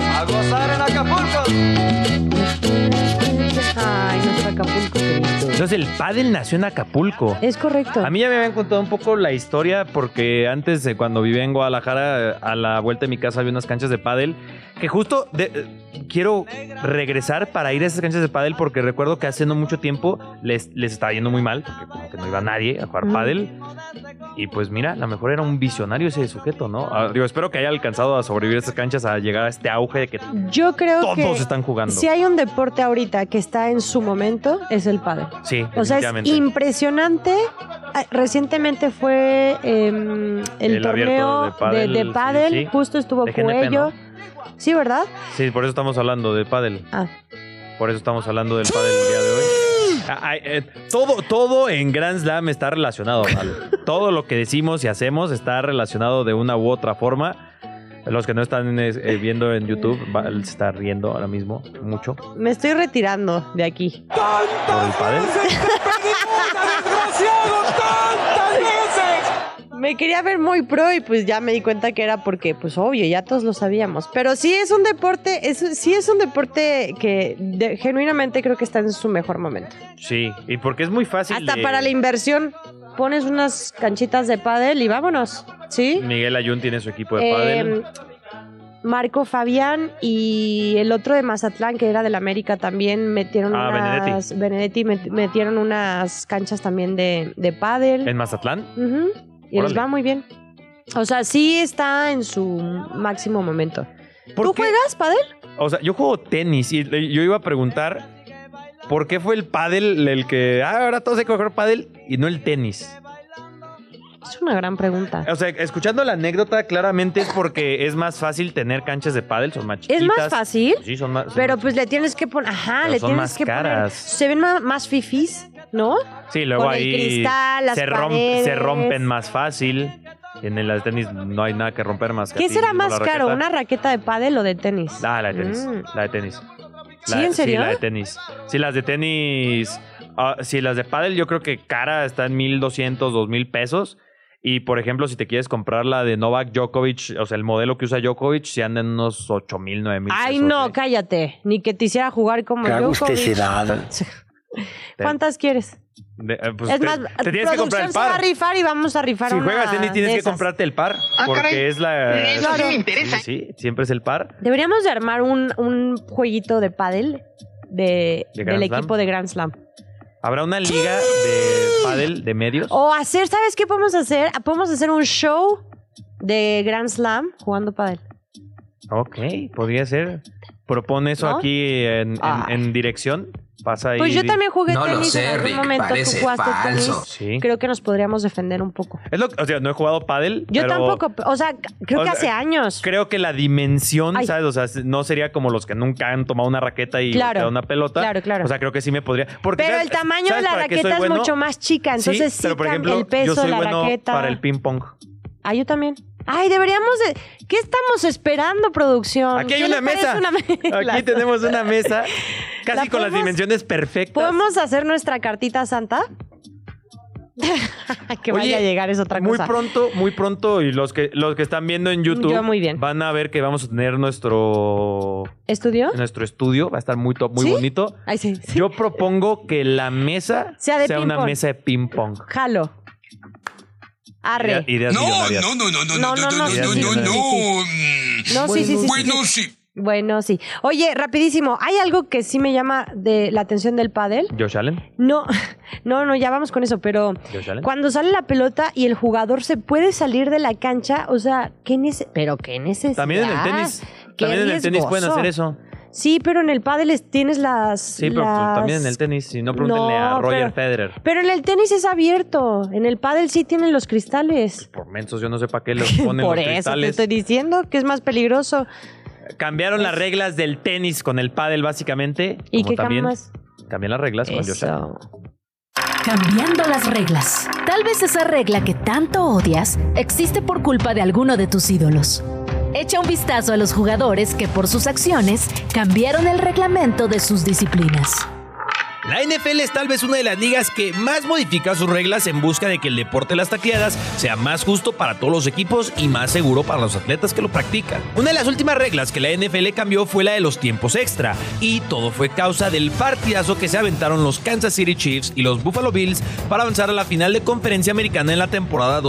Speaker 15: A gozar en Acapulco.
Speaker 2: Ay, nuestro Acapulco querido.
Speaker 3: Entonces el pádel nació en Acapulco.
Speaker 2: Es correcto.
Speaker 3: A mí ya me habían contado un poco la historia porque antes de cuando vivía en Guadalajara, eh, a la vuelta de mi casa había unas canchas de pádel que justo de- eh, quiero regresar para ir a esas canchas de pádel porque recuerdo que hace no mucho tiempo les, les estaba yendo muy mal porque como que no iba nadie a jugar
Speaker 16: Mm.
Speaker 3: pádel y pues mira, a lo mejor era un visionario ese sujeto, ¿no? Ah, digo, espero que haya alcanzado a sobrevivir a esas canchas a llegar a este auge de que
Speaker 2: Yo creo
Speaker 3: Todos
Speaker 2: que
Speaker 3: están jugando.
Speaker 2: si hay un deporte ahorita que está en su momento, es el pádel.
Speaker 3: Sí,
Speaker 2: O sea, es
Speaker 3: definitivamente.
Speaker 2: impresionante. Ah, Recientemente fue eh, el,
Speaker 3: El abierto
Speaker 2: torneo
Speaker 3: de
Speaker 2: de
Speaker 3: pádel,
Speaker 2: pádel,
Speaker 3: sí, sí.
Speaker 2: justo estuvo
Speaker 3: De GNP,
Speaker 2: Cuello.
Speaker 3: ¿no?
Speaker 2: Sí, ¿verdad?
Speaker 3: Sí, por eso estamos hablando de pádel.
Speaker 2: Ah.
Speaker 3: Por eso estamos hablando del pádel el día de hoy. Ah, ah, eh, todo, todo en Grand Slam está relacionado. Pablo. todo lo que decimos y hacemos está relacionado de una u otra forma. Los que no están eh, eh, viendo en YouTube va- se está riendo ahora mismo mucho por
Speaker 2: Me estoy retirando de aquí.
Speaker 3: el pádel.
Speaker 2: Me quería ver muy pro y pues ya me di cuenta que era porque, pues obvio, ya todos lo sabíamos. Pero sí es un deporte, es, sí es un deporte que de- genuinamente creo que está en su mejor momento.
Speaker 3: Sí, y porque es muy fácil.
Speaker 2: Hasta
Speaker 3: de-
Speaker 2: para la inversión, pones unas canchitas de pádel y vámonos, ¿sí?
Speaker 3: Miguel Ayun tiene su equipo de pádel.
Speaker 2: Eh, Marco Fabián y el otro de Mazatlán, que era del América, también metieron
Speaker 3: Ah,
Speaker 2: unas... Benedetti
Speaker 3: Benedetti.
Speaker 2: met- metieron unas canchas también de, de pádel.
Speaker 3: ¿En Mazatlán?
Speaker 2: Ujú. Y les
Speaker 3: Órale.
Speaker 2: va muy bien. O sea, sí está en su máximo momento. ¿Tú juegas pádel?
Speaker 3: O sea, yo juego tenis y le- yo iba a preguntar por qué fue el pádel el que. Ah, ahora todos hay que jugar pádel y no el tenis.
Speaker 2: Es una gran pregunta.
Speaker 3: O sea, escuchando la anécdota, claramente es porque es más fácil tener canchas de pádel, son más chiquitas.
Speaker 2: Es más fácil,
Speaker 3: Sí, son más. son
Speaker 2: pero
Speaker 3: más-
Speaker 2: pues le tienes que poner, ajá,
Speaker 3: Pero
Speaker 2: le
Speaker 3: son
Speaker 2: tienes
Speaker 3: más
Speaker 2: que poner.
Speaker 3: caras.
Speaker 2: Se ven ma- más fifís, ¿no?
Speaker 3: sí, luego
Speaker 2: con el
Speaker 3: ahí
Speaker 2: cristal, las
Speaker 3: se, romp-
Speaker 2: paredes.
Speaker 3: se rompen más fácil. Y en el tenis no hay nada que romper más. que a
Speaker 2: ¿Qué
Speaker 3: ti
Speaker 2: será
Speaker 3: mismo
Speaker 2: más
Speaker 3: la
Speaker 2: caro,
Speaker 3: raqueta.
Speaker 2: una raqueta de pádel o de tenis?
Speaker 3: Ah, la de tenis.
Speaker 2: Mm.
Speaker 3: La de tenis.
Speaker 2: ¿Sí, en serio?
Speaker 3: Sí, la de tenis. Sí, las de tenis. ah, sí, las de pádel yo creo que cara está en 1200, 2000 pesos. Y por ejemplo, si te quieres comprar la de Novak Djokovic, o sea, el modelo que usa Djokovic, si anda en unos 8000, 9000
Speaker 2: Ay, no, cállate. Ni que te hiciera jugar como
Speaker 3: Qué
Speaker 2: yo.
Speaker 3: agusticidad.
Speaker 2: ¿Cuántas quieres?
Speaker 3: De- eh, pues
Speaker 2: es
Speaker 3: te,
Speaker 2: más,
Speaker 3: te tienes que comprar el
Speaker 2: producción se va a
Speaker 3: par.
Speaker 2: rifar y vamos a rifar
Speaker 3: Si
Speaker 2: una
Speaker 3: juegas tenis tienes
Speaker 2: de
Speaker 3: que
Speaker 2: esas.
Speaker 3: comprarte el par
Speaker 2: Ah,
Speaker 3: porque
Speaker 2: caray.
Speaker 3: es la
Speaker 2: Eso sí me
Speaker 3: Sí,
Speaker 2: interesa.
Speaker 3: Sí, siempre es el par.
Speaker 2: Deberíamos de armar un, un jueguito de pádel de, del
Speaker 3: ¿De Grand Slam?
Speaker 2: equipo de Grand Slam.
Speaker 3: Habrá una liga de pádel de medios.
Speaker 2: O hacer, ¿sabes qué podemos hacer? Ah, Podemos hacer un show de Grand Slam jugando pádel.
Speaker 3: Ok, podría ser. propone eso
Speaker 2: ¿No? Ah.
Speaker 3: aquí en, en- en dirección. Pasa
Speaker 2: Pues
Speaker 3: y
Speaker 2: yo
Speaker 3: di-
Speaker 2: también jugué tenis en algún momento. ¿Tú jugaste tenis?
Speaker 3: Sí.
Speaker 2: Creo que nos podríamos defender un poco.
Speaker 3: Es lo que- o sea, no he jugado pádel.
Speaker 2: Yo
Speaker 3: pero-
Speaker 2: tampoco, o sea, creo
Speaker 3: o
Speaker 2: que
Speaker 3: sea,
Speaker 2: hace años.
Speaker 3: Creo que la dimensión,
Speaker 2: Ay.
Speaker 3: ¿sabes? O sea, no sería como los que nunca han tomado una raqueta y
Speaker 2: Claro.
Speaker 3: golpeado una pelota.
Speaker 2: Claro, claro.
Speaker 3: O sea, creo que sí me podría. Porque,
Speaker 2: Pero
Speaker 3: ¿sabes-
Speaker 2: el tamaño de
Speaker 3: sabes
Speaker 2: la
Speaker 3: para qué soy
Speaker 2: raqueta es
Speaker 3: bueno?
Speaker 2: mucho más chica, entonces sí,
Speaker 3: pero por
Speaker 2: cam-
Speaker 3: ejemplo,
Speaker 2: el peso
Speaker 3: yo soy
Speaker 2: de la
Speaker 3: bueno
Speaker 2: raqueta.
Speaker 3: para el ping pong.
Speaker 2: Ah, yo también. Ay, deberíamos de... ¿Qué estamos esperando, producción?
Speaker 3: Aquí hay
Speaker 2: ¿Qué
Speaker 3: una
Speaker 2: les parece
Speaker 3: mesa.
Speaker 2: una me-
Speaker 3: Aquí
Speaker 2: Claro.
Speaker 3: tenemos una mesa casi
Speaker 2: ¿La
Speaker 3: con las
Speaker 2: podemos-
Speaker 3: dimensiones perfectas.
Speaker 2: ¿Podemos hacer nuestra cartita santa? que vaya
Speaker 3: Oye,
Speaker 2: a llegar es otra
Speaker 3: Muy
Speaker 2: cosa.
Speaker 3: pronto, muy pronto y los que los que están viendo en YouTube
Speaker 2: Yo muy bien.
Speaker 3: van a ver que vamos a tener nuestro
Speaker 2: ¿Estudió?
Speaker 3: nuestro estudio, va a estar muy top, muy
Speaker 2: ¿Sí?
Speaker 3: bonito.
Speaker 2: Ay, sí.
Speaker 3: Yo propongo que la mesa
Speaker 2: Sea de
Speaker 3: una
Speaker 2: ping-pong.
Speaker 3: mesa de ping pong.
Speaker 2: Jalo. Arre.
Speaker 3: Ideas millonarias.
Speaker 2: no, no, no, no, no, no,
Speaker 3: Ideas
Speaker 2: sí,
Speaker 3: millonarias.
Speaker 2: sí. No, sí, sí, sí.
Speaker 3: Bueno,
Speaker 2: sí. Bueno, sí. Oye, rapidísimo, hay algo que sí me llama de la atención del pádel.
Speaker 3: Josh Allen.
Speaker 2: No, no, no, ya vamos con eso, pero
Speaker 3: Josh Allen.
Speaker 2: cuando sale la pelota y el jugador se puede salir de la cancha, o sea, ¿qué nece- pero qué necesidad?
Speaker 3: También en el tenis.
Speaker 2: Qué
Speaker 3: También en el tenis pueden
Speaker 2: riesgoso.
Speaker 3: hacer eso.
Speaker 2: Sí, pero en el pádel es- tienes las
Speaker 3: Sí, pero pues,
Speaker 2: las-
Speaker 3: también en el tenis, si no pregúntenle
Speaker 2: No,
Speaker 3: a Roger
Speaker 2: pero-
Speaker 3: Federer.
Speaker 2: Pero en el tenis es abierto, en el pádel sí tienen los cristales.
Speaker 3: Por mensos, yo no sé para qué los ponen
Speaker 2: Por
Speaker 3: los
Speaker 2: eso te
Speaker 3: cristales.
Speaker 2: estoy diciendo que es más peligroso.
Speaker 3: Cambiaron las reglas del tenis con el pádel básicamente.
Speaker 2: ¿Y
Speaker 3: como
Speaker 2: qué
Speaker 3: también,
Speaker 2: cambias?
Speaker 3: También las reglas con Josh Allen.
Speaker 4: Cambiando las reglas. Tal vez esa regla que tanto odias existe por culpa de alguno de tus ídolos. Echa un vistazo a los jugadores que por sus acciones cambiaron el reglamento de sus disciplinas.
Speaker 14: La NFL es tal vez una de las ligas que más modifica sus reglas en busca de que el deporte de las tacleadas sea más justo para todos los equipos y más seguro para los atletas que lo practican. Una de las últimas reglas que la NFL cambió fue la de los tiempos extra, y todo fue causa del partidazo que se aventaron los Kansas City Chiefs y los Buffalo Bills para avanzar a la final de conferencia americana en la temporada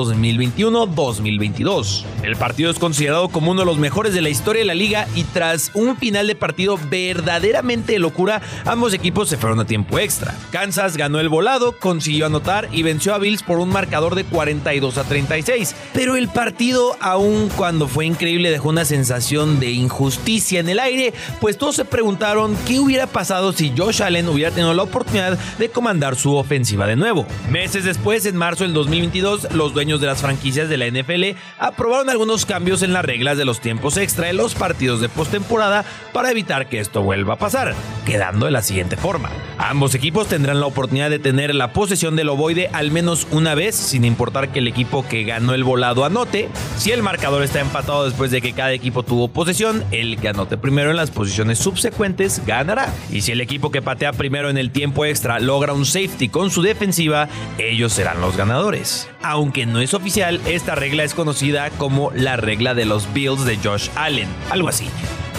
Speaker 14: 2021-2022. El partido es considerado como uno de los mejores de la historia de la liga y tras un final de partido verdaderamente de locura, ambos equipos se fueron a tiempo extra. Kansas ganó el volado, consiguió anotar y venció a Bills por un marcador de 42 a 36. Pero el partido, aun cuando fue increíble, dejó una sensación de injusticia en el aire, pues todos se preguntaron qué hubiera pasado si Josh Allen hubiera tenido la oportunidad de comandar su ofensiva de nuevo. Meses después, en marzo del 2022, los dueños de las franquicias de la NFL aprobaron algunos cambios en las reglas de los tiempos extra de los partidos de postemporada para evitar que esto vuelva a pasar, quedando de la siguiente forma. Ambos equipos tendrán la oportunidad de tener la posesión del ovoide al menos una vez, sin importar que el equipo que ganó el volado anote. Si el marcador está empatado después de que cada equipo tuvo posesión, el que anote primero en las posiciones subsecuentes ganará. Y si el equipo que patea primero en el tiempo extra logra un safety con su defensiva, ellos serán los ganadores. Aunque no es oficial, esta regla es conocida como la regla de los Bills de Josh Allen, algo así.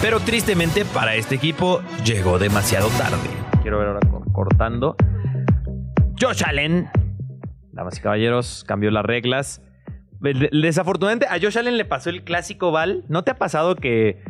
Speaker 14: Pero tristemente para este equipo llegó demasiado tarde.
Speaker 3: Quiero ver ahora co- cortando. Josh Allen. Damas y caballeros, cambió las reglas. Del- Desafortunadamente, a Josh Allen le pasó el clásico Val. ¿No te ha pasado que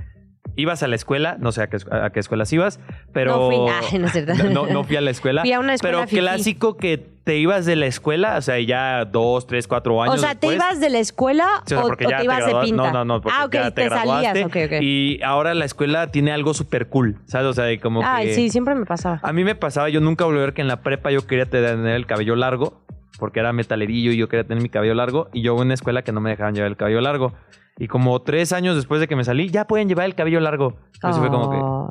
Speaker 3: ibas a la escuela? No sé a qué, es- a qué escuelas ibas, pero.
Speaker 2: No fui, ay, no es cierto.
Speaker 3: No, no fui a la escuela.
Speaker 2: Fui a una escuela
Speaker 3: Pero
Speaker 2: fifí.
Speaker 3: clásico que te ibas de la escuela, o sea, ya dos, tres, cuatro años.
Speaker 2: o sea, ¿te
Speaker 3: después.
Speaker 2: ibas de la escuela
Speaker 3: Sí, o sea,
Speaker 2: o,
Speaker 3: porque
Speaker 2: o
Speaker 3: ya
Speaker 2: te ibas de
Speaker 3: graduaste.
Speaker 2: pinta?
Speaker 3: No, no, no, porque
Speaker 2: ah, ok,
Speaker 3: ya te,
Speaker 2: te, salías.
Speaker 3: graduaste.
Speaker 2: ok, ok.
Speaker 3: Y ahora la escuela tiene algo súper cool, ¿sabes? O sea, de como
Speaker 2: Ay,
Speaker 3: que...
Speaker 2: sí, siempre me pasaba.
Speaker 3: A mí me pasaba, yo nunca volví a ver que en la prepa yo quería tener el cabello largo, porque era metalerillo y yo quería tener mi cabello largo, y yo en una escuela que no me dejaban llevar el cabello largo. Y como tres años después de que me salí, ya pueden llevar el cabello largo. Entonces fue como que...
Speaker 2: Oh.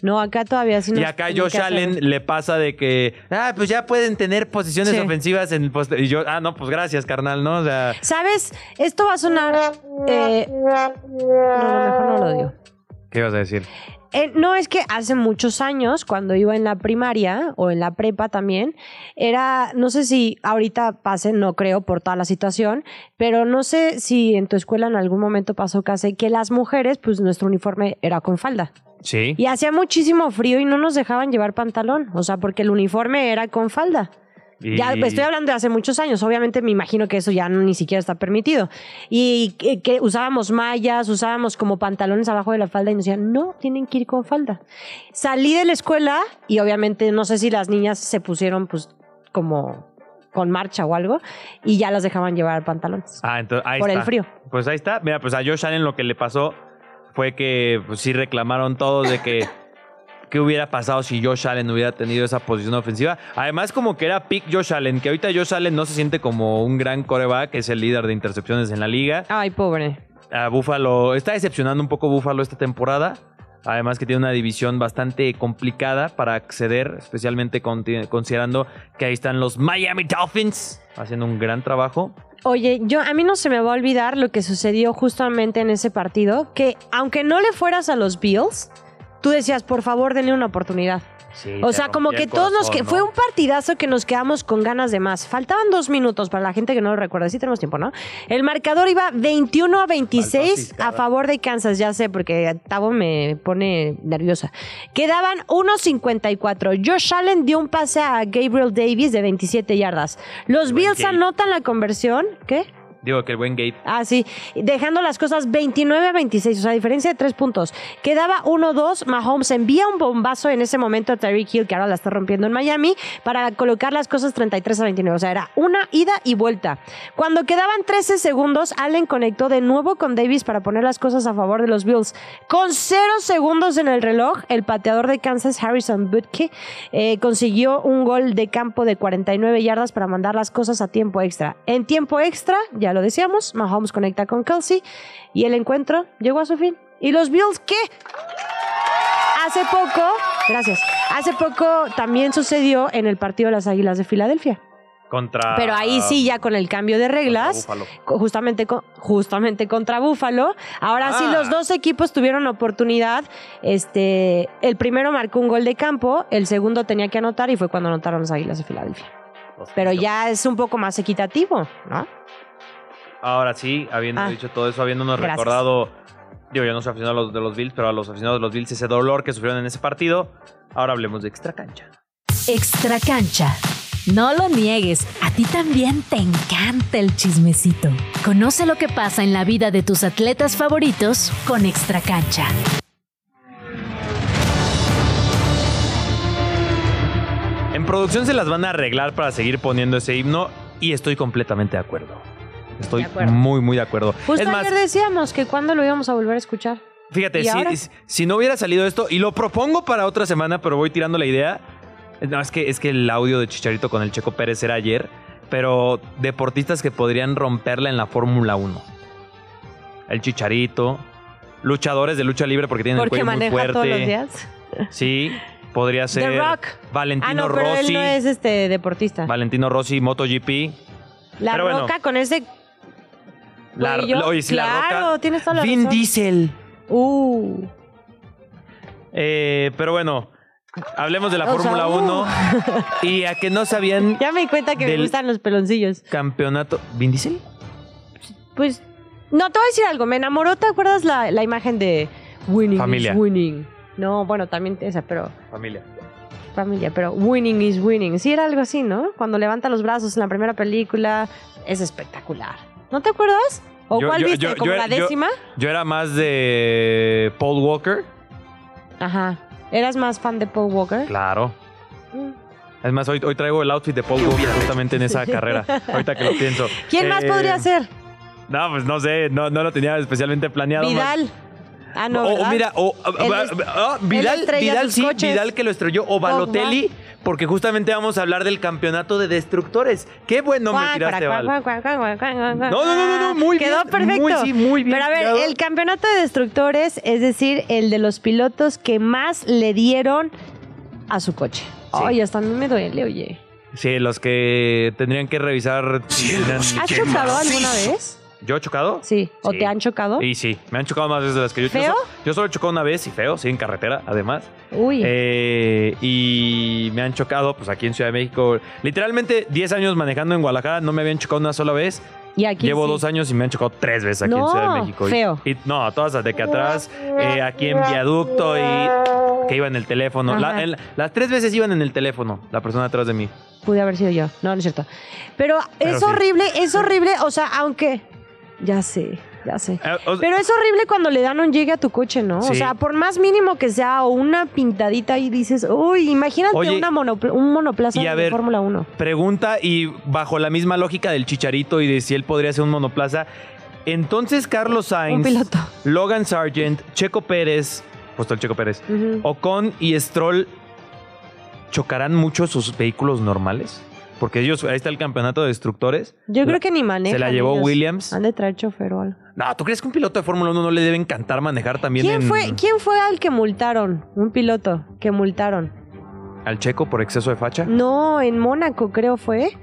Speaker 2: No, acá todavía sí
Speaker 3: Y
Speaker 2: nos
Speaker 3: acá
Speaker 2: tienen
Speaker 3: Josh
Speaker 2: que hacer-
Speaker 3: Allen le pasa de que, ah, pues ya pueden tener posiciones
Speaker 2: Sí.
Speaker 3: ofensivas en el poste. Y yo, ah, no, pues gracias, carnal, ¿no? O sea,
Speaker 2: ¿Sabes? Esto va a sonar. eh, No, mejor no lo digo.
Speaker 3: ¿qué ibas a decir?
Speaker 2: Eh, no, es que hace muchos años, cuando iba en la primaria o en la prepa también, era, no sé si ahorita pase, no creo por toda la situación, pero no sé si en tu escuela en algún momento pasó casi que las mujeres, pues nuestro uniforme era con falda.
Speaker 3: Sí.
Speaker 2: Y hacía muchísimo frío y no nos dejaban llevar pantalón, o sea, porque el uniforme era con falda.
Speaker 3: Y-
Speaker 2: Ya pues, estoy hablando de hace muchos años, obviamente me imagino que eso ya no- ni siquiera está permitido. Y que, que usábamos mallas, usábamos como pantalones abajo de la falda y nos decían, no, tienen que ir con falda. Salí de la escuela y obviamente no sé si las niñas se pusieron pues como con marcha o algo y ya las dejaban llevar pantalones.
Speaker 3: Ah, entonces ahí
Speaker 2: Por el
Speaker 3: está.
Speaker 2: frío.
Speaker 3: Pues ahí está. Mira, pues a Josh Allen lo que le pasó fue que pues, sí reclamaron todos de que qué hubiera pasado si Josh Allen hubiera tenido esa posición ofensiva. Además, como que era pick Josh Allen, que ahorita Josh Allen no se siente como un gran coreback, es el líder de intercepciones en la liga.
Speaker 16: Ay, pobre.
Speaker 3: A Buffalo está decepcionando un poco Buffalo esta temporada. Además que tiene una división bastante complicada para acceder, especialmente con- considerando que ahí están los Miami Dolphins haciendo un gran trabajo.
Speaker 2: Oye, yo a mí no se me va a olvidar lo que sucedió justamente en ese partido, que aunque no le fueras a los Bills, tú decías, por favor, denle una oportunidad.
Speaker 3: Sí,
Speaker 2: o
Speaker 3: te
Speaker 2: sea, como
Speaker 3: rompí
Speaker 2: que
Speaker 3: el
Speaker 2: todos nos
Speaker 3: corazón,
Speaker 2: que
Speaker 3: ¿no?
Speaker 2: fue un partidazo que nos quedamos con ganas de más. Faltaban dos minutos para la gente que no lo recuerda. Sí tenemos tiempo, ¿no? El marcador iba 21 a 26 a favor de Kansas. Ya sé porque Tavo me pone nerviosa. Quedaban 1.54. Josh Allen dio un pase a Gabriel Davis de 27 yardas. Los Bills
Speaker 3: Gabe.
Speaker 2: anotan la conversión. ¿Qué?
Speaker 3: Digo que el buen Gabe
Speaker 2: Ah, sí. Dejando las cosas 29 a 26, o sea, diferencia de tres puntos. Quedaba 1-2. Mahomes envía un bombazo en ese momento a Tyreek Hill, que ahora la está rompiendo en Miami, para colocar las cosas 33 a 29. O sea, era una ida y vuelta. Cuando quedaban 13 segundos, Allen conectó de nuevo con Davis para poner las cosas a favor de los Bills. Con 0 segundos en el reloj, el pateador de Kansas, Harrison Butker, eh, consiguió un gol de campo de 49 yardas para mandar las cosas a tiempo extra. En tiempo extra, ya lo decíamos, Mahomes conecta con Kelsey y el encuentro llegó a su fin. ¿Y los Bills qué? Hace poco, gracias, hace poco también sucedió en el partido de las Águilas de Filadelfia.
Speaker 3: contra... ah,
Speaker 2: Pero ahí sí, ya con el cambio de reglas,
Speaker 3: Buffalo.
Speaker 2: co- justamente, con- justamente contra Búfalo. Ahora sí,
Speaker 3: Ah.
Speaker 2: los dos equipos tuvieron oportunidad. Este, el primero marcó un gol de campo, el segundo tenía que anotar y fue cuando anotaron las Águilas de Filadelfia. Pero ya es un poco más equitativo, ¿no?
Speaker 3: Ahora sí, habiendo
Speaker 2: Ah.
Speaker 3: dicho todo eso, habiéndonos
Speaker 2: Gracias.
Speaker 3: recordado, digo, yo no soy aficionado a los de los Bills, pero a los aficionados de los Bills ese dolor que sufrieron en ese partido, ahora hablemos de extra cancha.
Speaker 4: Extra cancha. No lo niegues, a ti también te encanta el chismecito. Conoce lo que pasa en la vida de tus atletas favoritos con Extra cancha.
Speaker 3: En producción se las van a arreglar para seguir poniendo ese himno y estoy completamente de acuerdo. Estoy
Speaker 2: De acuerdo.
Speaker 3: muy, muy de acuerdo.
Speaker 2: Justo
Speaker 3: es más,
Speaker 2: ayer decíamos que cuándo lo íbamos a volver a escuchar.
Speaker 3: fíjate,
Speaker 2: ¿Y ahora?
Speaker 3: si, si no hubiera salido esto, y lo propongo para otra semana, pero voy tirando la idea. No, es que, es que el audio de Chicharito con el Checo Pérez era ayer, pero deportistas que podrían romperla en la Fórmula 1. El Chicharito, luchadores de lucha libre porque tienen el
Speaker 2: Porque
Speaker 3: cuello muy
Speaker 2: maneja
Speaker 3: fuerte.
Speaker 2: todos los días.
Speaker 3: Sí, podría ser
Speaker 2: Rock.
Speaker 3: Valentino
Speaker 2: ah, no,
Speaker 3: Rossi.
Speaker 2: pero él no es este deportista.
Speaker 3: Valentino Rossi, MotoGP.
Speaker 2: La
Speaker 3: Pero bueno.
Speaker 2: roca con ese.
Speaker 3: La-
Speaker 2: cuello.
Speaker 3: la- oye, sí, la
Speaker 2: claro,
Speaker 3: Roca.
Speaker 2: tienes toda la
Speaker 3: Vin
Speaker 2: razón.
Speaker 3: Diesel.
Speaker 2: Uh.
Speaker 3: Eh, pero bueno, hablemos de la
Speaker 2: O sea,
Speaker 3: Fórmula
Speaker 2: uh.
Speaker 3: 1 y a que no sabían
Speaker 2: Ya me di cuenta que
Speaker 3: Del-
Speaker 2: me gustan los peloncillos.
Speaker 3: campeonato. ¿Vin Diesel?
Speaker 2: Pues, no, te voy a decir algo. Me enamoró, ¿te acuerdas la, la imagen de Winning
Speaker 3: Familia.
Speaker 2: is Winning? No, bueno, también esa, pero
Speaker 3: Familia.
Speaker 2: familia, pero Winning is Winning. Sí, era algo así, ¿no? Cuando levanta los brazos en la primera película, es espectacular. ¿No te acuerdas? ¿O
Speaker 3: Yo-
Speaker 2: cuál
Speaker 3: yo-
Speaker 2: viste?
Speaker 3: yo-
Speaker 2: ¿Como
Speaker 3: yo-
Speaker 2: la
Speaker 3: yo-
Speaker 2: décima?
Speaker 3: Yo era más de Paul Walker.
Speaker 2: Ajá. ¿Eras más fan de Paul Walker?
Speaker 3: Claro. Además, Mm. hoy, hoy traigo el outfit de Paul Walker justamente en esa carrera. Ahorita que lo pienso.
Speaker 2: ¿Quién más
Speaker 3: Eh,
Speaker 2: podría ser?
Speaker 3: No, pues no sé, no, no lo tenía especialmente planeado. más-
Speaker 2: Vidal. Ah, no.
Speaker 3: o, o
Speaker 2: ¿verdad?
Speaker 3: Oh, mira, o
Speaker 2: Él es-
Speaker 3: ah,
Speaker 2: él
Speaker 3: Vidal,
Speaker 2: estrella
Speaker 3: Vidal
Speaker 2: sus
Speaker 3: sí,
Speaker 2: coches.
Speaker 3: Vidal que lo estrelló, o Balotelli, porque justamente vamos a hablar del campeonato de destructores. Qué bueno me
Speaker 2: Cuac,
Speaker 3: tiraste,
Speaker 2: cuac,
Speaker 3: Val.
Speaker 2: cuac, cuac, cuac, cuac, cuac, cuac, cuac.
Speaker 3: No, no, no, no, no, muy
Speaker 2: Quedó
Speaker 3: bien,
Speaker 2: perfecto.
Speaker 3: muy, sí, muy bien
Speaker 2: Pero a ver,
Speaker 3: tirado.
Speaker 2: el campeonato de destructores, es decir, el de los pilotos que más le dieron a su coche. Ay, hasta a mí me duele, oye.
Speaker 3: Sí, los que tendrían que revisar. si tenían-
Speaker 2: ¿Has chocado alguna vez?
Speaker 3: ¿Yo he chocado?
Speaker 2: Sí. ¿O
Speaker 3: Sí.
Speaker 2: te han chocado?
Speaker 3: Y sí, me han chocado más veces de las que yo.
Speaker 2: ¿Feo?
Speaker 3: Yo, so- yo solo he chocado una vez y feo, sí, en carretera, además.
Speaker 2: Uy.
Speaker 3: Eh, y me han chocado, pues aquí en Ciudad de México. Literalmente 10 años manejando en Guadalajara, no me habían chocado una sola vez.
Speaker 2: y aquí
Speaker 3: Llevo
Speaker 2: sí.
Speaker 3: dos años y me han chocado tres veces aquí en
Speaker 2: No,
Speaker 3: Ciudad de México. Y-
Speaker 2: feo.
Speaker 3: Y, no, todas las de que atrás, eh, aquí en viaducto y que iba en el teléfono. La-
Speaker 2: Ajá.
Speaker 3: en- las tres veces iban en el teléfono, la persona atrás de mí.
Speaker 2: Pude haber sido yo. No, no es cierto. Pero,
Speaker 3: Pero
Speaker 2: es
Speaker 3: sí.
Speaker 2: horrible, es horrible. O sea, aunque. Ya sé, ya sé.
Speaker 3: Eh, o-
Speaker 2: Pero es horrible cuando le dan un llegue a tu coche, ¿no? O
Speaker 3: Sí.
Speaker 2: sea, por más mínimo que sea o una pintadita y dices, uy, imagínate
Speaker 3: Oye,
Speaker 2: una monopla- un monoplaza
Speaker 3: y a
Speaker 2: de
Speaker 3: ver,
Speaker 2: Fórmula 1.
Speaker 3: Pregunta y bajo la misma lógica del chicharito y de si él podría ser un monoplaza. Entonces Carlos
Speaker 2: Un
Speaker 3: Sainz,
Speaker 2: piloto.
Speaker 3: Logan Sargent, Checo Pérez, puesto el Checo Pérez,
Speaker 2: Ujú.
Speaker 3: Ocon y Stroll chocarán mucho sus vehículos normales. Porque ellos, ahí está el campeonato de destructores.
Speaker 2: Yo
Speaker 3: La-
Speaker 2: creo que ni maneja.
Speaker 3: Se la llevó Williams.
Speaker 2: Han de traer chofer o algo.
Speaker 3: No, ¿tú crees que un piloto de Fórmula 1 no le debe encantar manejar también
Speaker 2: ¿Quién
Speaker 3: en-
Speaker 2: fue, ¿Quién fue al que multaron? Un piloto que multaron.
Speaker 3: al Checo por exceso de facha?
Speaker 2: No, en Mónaco creo fue.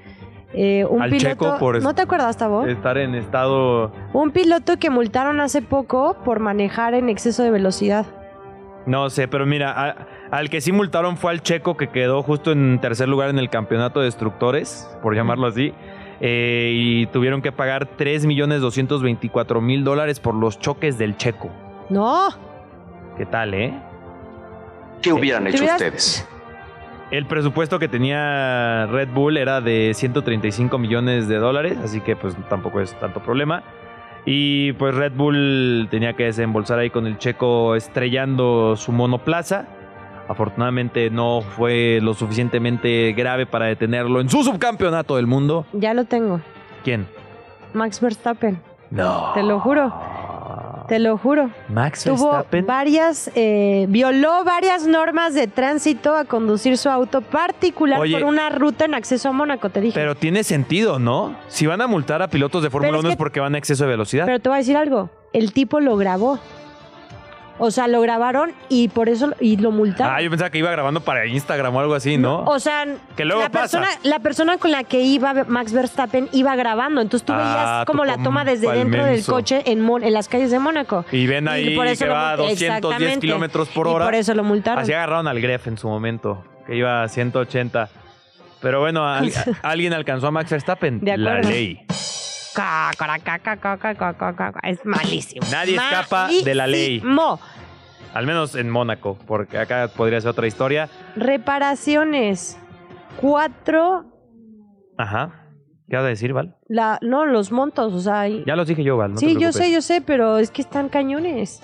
Speaker 2: Eh, un
Speaker 3: Al
Speaker 2: piloto,
Speaker 3: Checo por-
Speaker 2: ¿No te acuerdas, Tabo?
Speaker 3: Estar en estado...
Speaker 2: Un piloto que multaron hace poco por manejar en exceso de velocidad.
Speaker 3: No sé, pero mira, a- al que sí multaron fue al Checo que quedó justo en tercer lugar en el campeonato de destructores, por llamarlo así. eh, y tuvieron que pagar 3.224.000 dólares por los choques del Checo.
Speaker 2: No.
Speaker 3: ¿Qué tal, eh?
Speaker 16: ¿Qué hubieran
Speaker 2: ¿Te
Speaker 16: hecho
Speaker 2: hubieras-
Speaker 16: ustedes?
Speaker 3: El presupuesto que tenía Red Bull era de 135 millones de dólares, así que pues tampoco es tanto problema. Y pues Red Bull tenía que desembolsar ahí con el checo estrellando su monoplaza. Afortunadamente no fue lo suficientemente grave para detenerlo en su subcampeonato del mundo.
Speaker 2: Ya lo tengo.
Speaker 3: ¿Quién?
Speaker 2: Max Verstappen.
Speaker 3: No.
Speaker 2: Te lo juro. Te lo juro.
Speaker 3: Max
Speaker 2: Tuvo
Speaker 3: Verstappen.
Speaker 2: varias, eh, violó varias normas de tránsito a conducir su auto particular
Speaker 3: Oye.
Speaker 2: por una ruta en acceso a Mónaco, te dije.
Speaker 3: Pero tiene sentido, ¿no? Si van a multar a pilotos de Fórmula
Speaker 2: Pero es
Speaker 3: 1 es
Speaker 2: que-
Speaker 3: porque van a exceso de velocidad.
Speaker 2: Pero te voy a decir algo, el tipo lo grabó. O sea, lo grabaron y por eso y lo multaron.
Speaker 3: Ah, yo pensaba que iba grabando para Instagram o algo así, ¿no?
Speaker 2: O sea,
Speaker 3: Que luego
Speaker 2: la,
Speaker 3: pasa.
Speaker 2: persona, la persona con la que iba Max Verstappen iba grabando. Entonces tú
Speaker 3: Ah,
Speaker 2: veías como
Speaker 3: tú
Speaker 2: la toma desde
Speaker 3: compa, el
Speaker 2: dentro del
Speaker 3: menso.
Speaker 2: coche en, Mon- en las calles de Mónaco.
Speaker 3: Y ven
Speaker 2: Y
Speaker 3: ahí
Speaker 2: por eso
Speaker 3: que
Speaker 2: lo
Speaker 3: va a
Speaker 2: multa-
Speaker 3: 210
Speaker 2: exactamente.
Speaker 3: kilómetros por
Speaker 2: Y
Speaker 3: hora.
Speaker 2: por eso lo multaron.
Speaker 3: Así agarraron al Gref en su momento, que iba a 180. Pero bueno, al- a- alguien alcanzó a Max Verstappen.
Speaker 2: De
Speaker 3: la
Speaker 2: acuerdo.
Speaker 3: ley.
Speaker 2: Ca, cara, ca, ca, ca, ca, ca, ca, ca, ca. Es malísimo.
Speaker 3: Nadie escapa de la ley.
Speaker 2: Malísimo.
Speaker 3: Al menos en Mónaco, porque acá podría ser otra historia.
Speaker 2: Reparaciones. Cuatro.
Speaker 3: Ajá. ¿Qué vas a decir, Val?
Speaker 2: La, no, los montos, o sea. y-
Speaker 3: Ya los dije yo, Val. no te
Speaker 2: sí, yo
Speaker 3: preocupes.
Speaker 2: sé, yo sé, pero es que están cañones.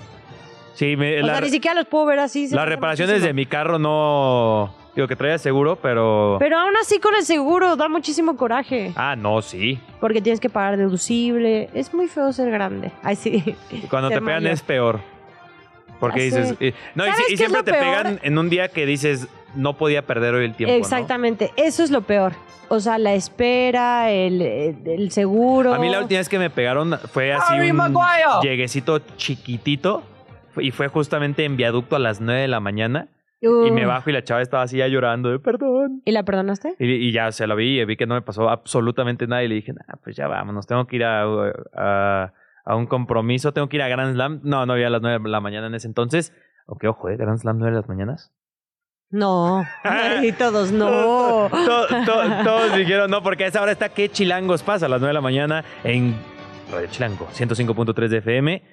Speaker 3: Sí, me-
Speaker 2: o
Speaker 3: Eh, la-
Speaker 2: sea, ni siquiera los puedo ver así. se
Speaker 3: las
Speaker 2: me hace
Speaker 3: reparaciones de
Speaker 2: muchísimo.
Speaker 3: mi carro no. Digo que traía seguro, pero.
Speaker 2: Pero aún así con el seguro da muchísimo coraje.
Speaker 3: Ah, no, sí.
Speaker 2: Porque tienes que pagar deducible. Es muy feo ser grande. Ay, sí.
Speaker 3: Cuando
Speaker 2: Ser
Speaker 3: te pegan
Speaker 2: mayor.
Speaker 3: es peor. Porque
Speaker 2: Ya sé.
Speaker 3: dices. eh, no, y,
Speaker 2: Ah, ¿Sabes
Speaker 3: si- y
Speaker 2: qué es
Speaker 3: siempre
Speaker 2: lo
Speaker 3: te
Speaker 2: peor?
Speaker 3: pegan en un día que dices, no podía perder hoy el tiempo. ¿no?
Speaker 2: Exactamente. Eso es lo peor. O sea, la espera, el, eh, el seguro.
Speaker 3: A mí la última vez que me pegaron fue así
Speaker 2: ¡Harry
Speaker 3: un
Speaker 2: Maguire!
Speaker 3: lleguecito chiquitito y fue justamente en viaducto a las 9 de la mañana
Speaker 2: Uh.
Speaker 3: y me bajo y la chava estaba así ya llorando de perdón.
Speaker 2: ¿Y la perdonaste?
Speaker 3: Y, y ya, se la vi y vi que no me pasó absolutamente nada y le dije, nah, pues ya vámonos, tengo que ir a, a- a un compromiso, tengo que ir a Grand Slam. No, no había a las 9 de la mañana en ese entonces. Ok, ojo, ¿eh? Grand Slam 9 de las mañanas.
Speaker 2: No. Y todos, no.
Speaker 3: To- to- todos dijeron no, porque a esa hora está que chilangos pasa a las 9 de la mañana en Radio Chilango, 105.3 de FM.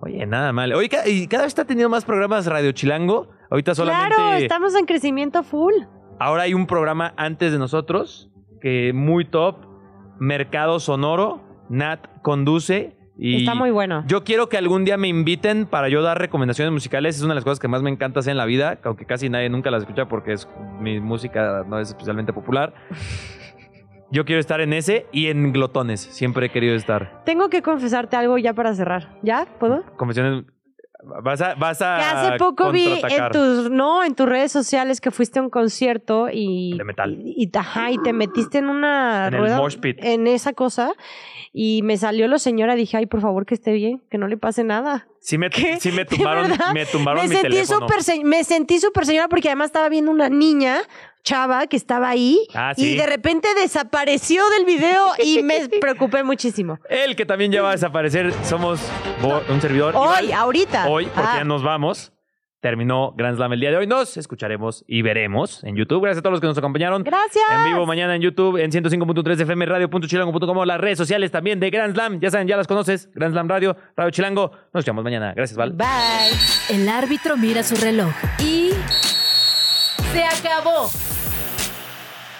Speaker 3: Oye, nada mal. Oye, ca- y cada vez está teniendo más programas Radio Chilango. Ahorita solamente.
Speaker 2: Claro, estamos en crecimiento full.
Speaker 3: Ahora hay un programa antes de nosotros, que muy top, Mercado Sonoro, Nat conduce. Y
Speaker 2: Está muy bueno.
Speaker 3: Yo quiero que algún día me inviten para yo dar recomendaciones musicales. Es una de las cosas que más me encanta hacer en la vida, aunque casi nadie nunca las escucha porque es, mi música no es especialmente popular. Yo quiero estar en ese y en Glotones. Siempre he querido estar.
Speaker 2: Tengo que confesarte algo ya para cerrar. ¿Ya? ¿Puedo?
Speaker 3: Convenciones... Vas a... Vas a
Speaker 2: Que hace poco vi en
Speaker 3: contraatacar.
Speaker 2: tus, no, en tus redes sociales que fuiste a un concierto y,
Speaker 3: De metal.
Speaker 2: y, ajá, y te metiste en una
Speaker 3: En el
Speaker 2: rueda,
Speaker 3: mosh pit.
Speaker 2: en esa cosa y me salió la señora, dije, ay, por favor que esté bien, que no le pase nada.
Speaker 3: Sí me, sí me
Speaker 2: De
Speaker 3: tumbaron,
Speaker 2: verdad,
Speaker 3: me tumbaron
Speaker 2: me
Speaker 3: mi
Speaker 2: sentí
Speaker 3: teléfono.
Speaker 2: súper se- me sentí súper señora porque además estaba viendo una niña chava que estaba ahí
Speaker 3: Ah,
Speaker 2: y
Speaker 3: sí.
Speaker 2: de repente desapareció del video y me preocupé muchísimo.
Speaker 3: El que también ya va a desaparecer, somos Bo- un servidor.
Speaker 2: Hoy,
Speaker 3: Iván.
Speaker 2: ahorita.
Speaker 3: Hoy, porque
Speaker 2: Ah.
Speaker 3: ya nos vamos. Terminó Grand Slam el día de hoy. Nos escucharemos y veremos en YouTube. Gracias a todos los que nos acompañaron.
Speaker 2: Gracias.
Speaker 3: En vivo mañana en YouTube, en 105.3 FM, radio.chilango.com, las redes sociales también de Grand Slam. Ya saben, ya las conoces. Grand Slam Radio, Radio Chilango. Nos escuchamos mañana. Gracias, Val.
Speaker 4: El árbitro mira su reloj y... ¡Se acabó!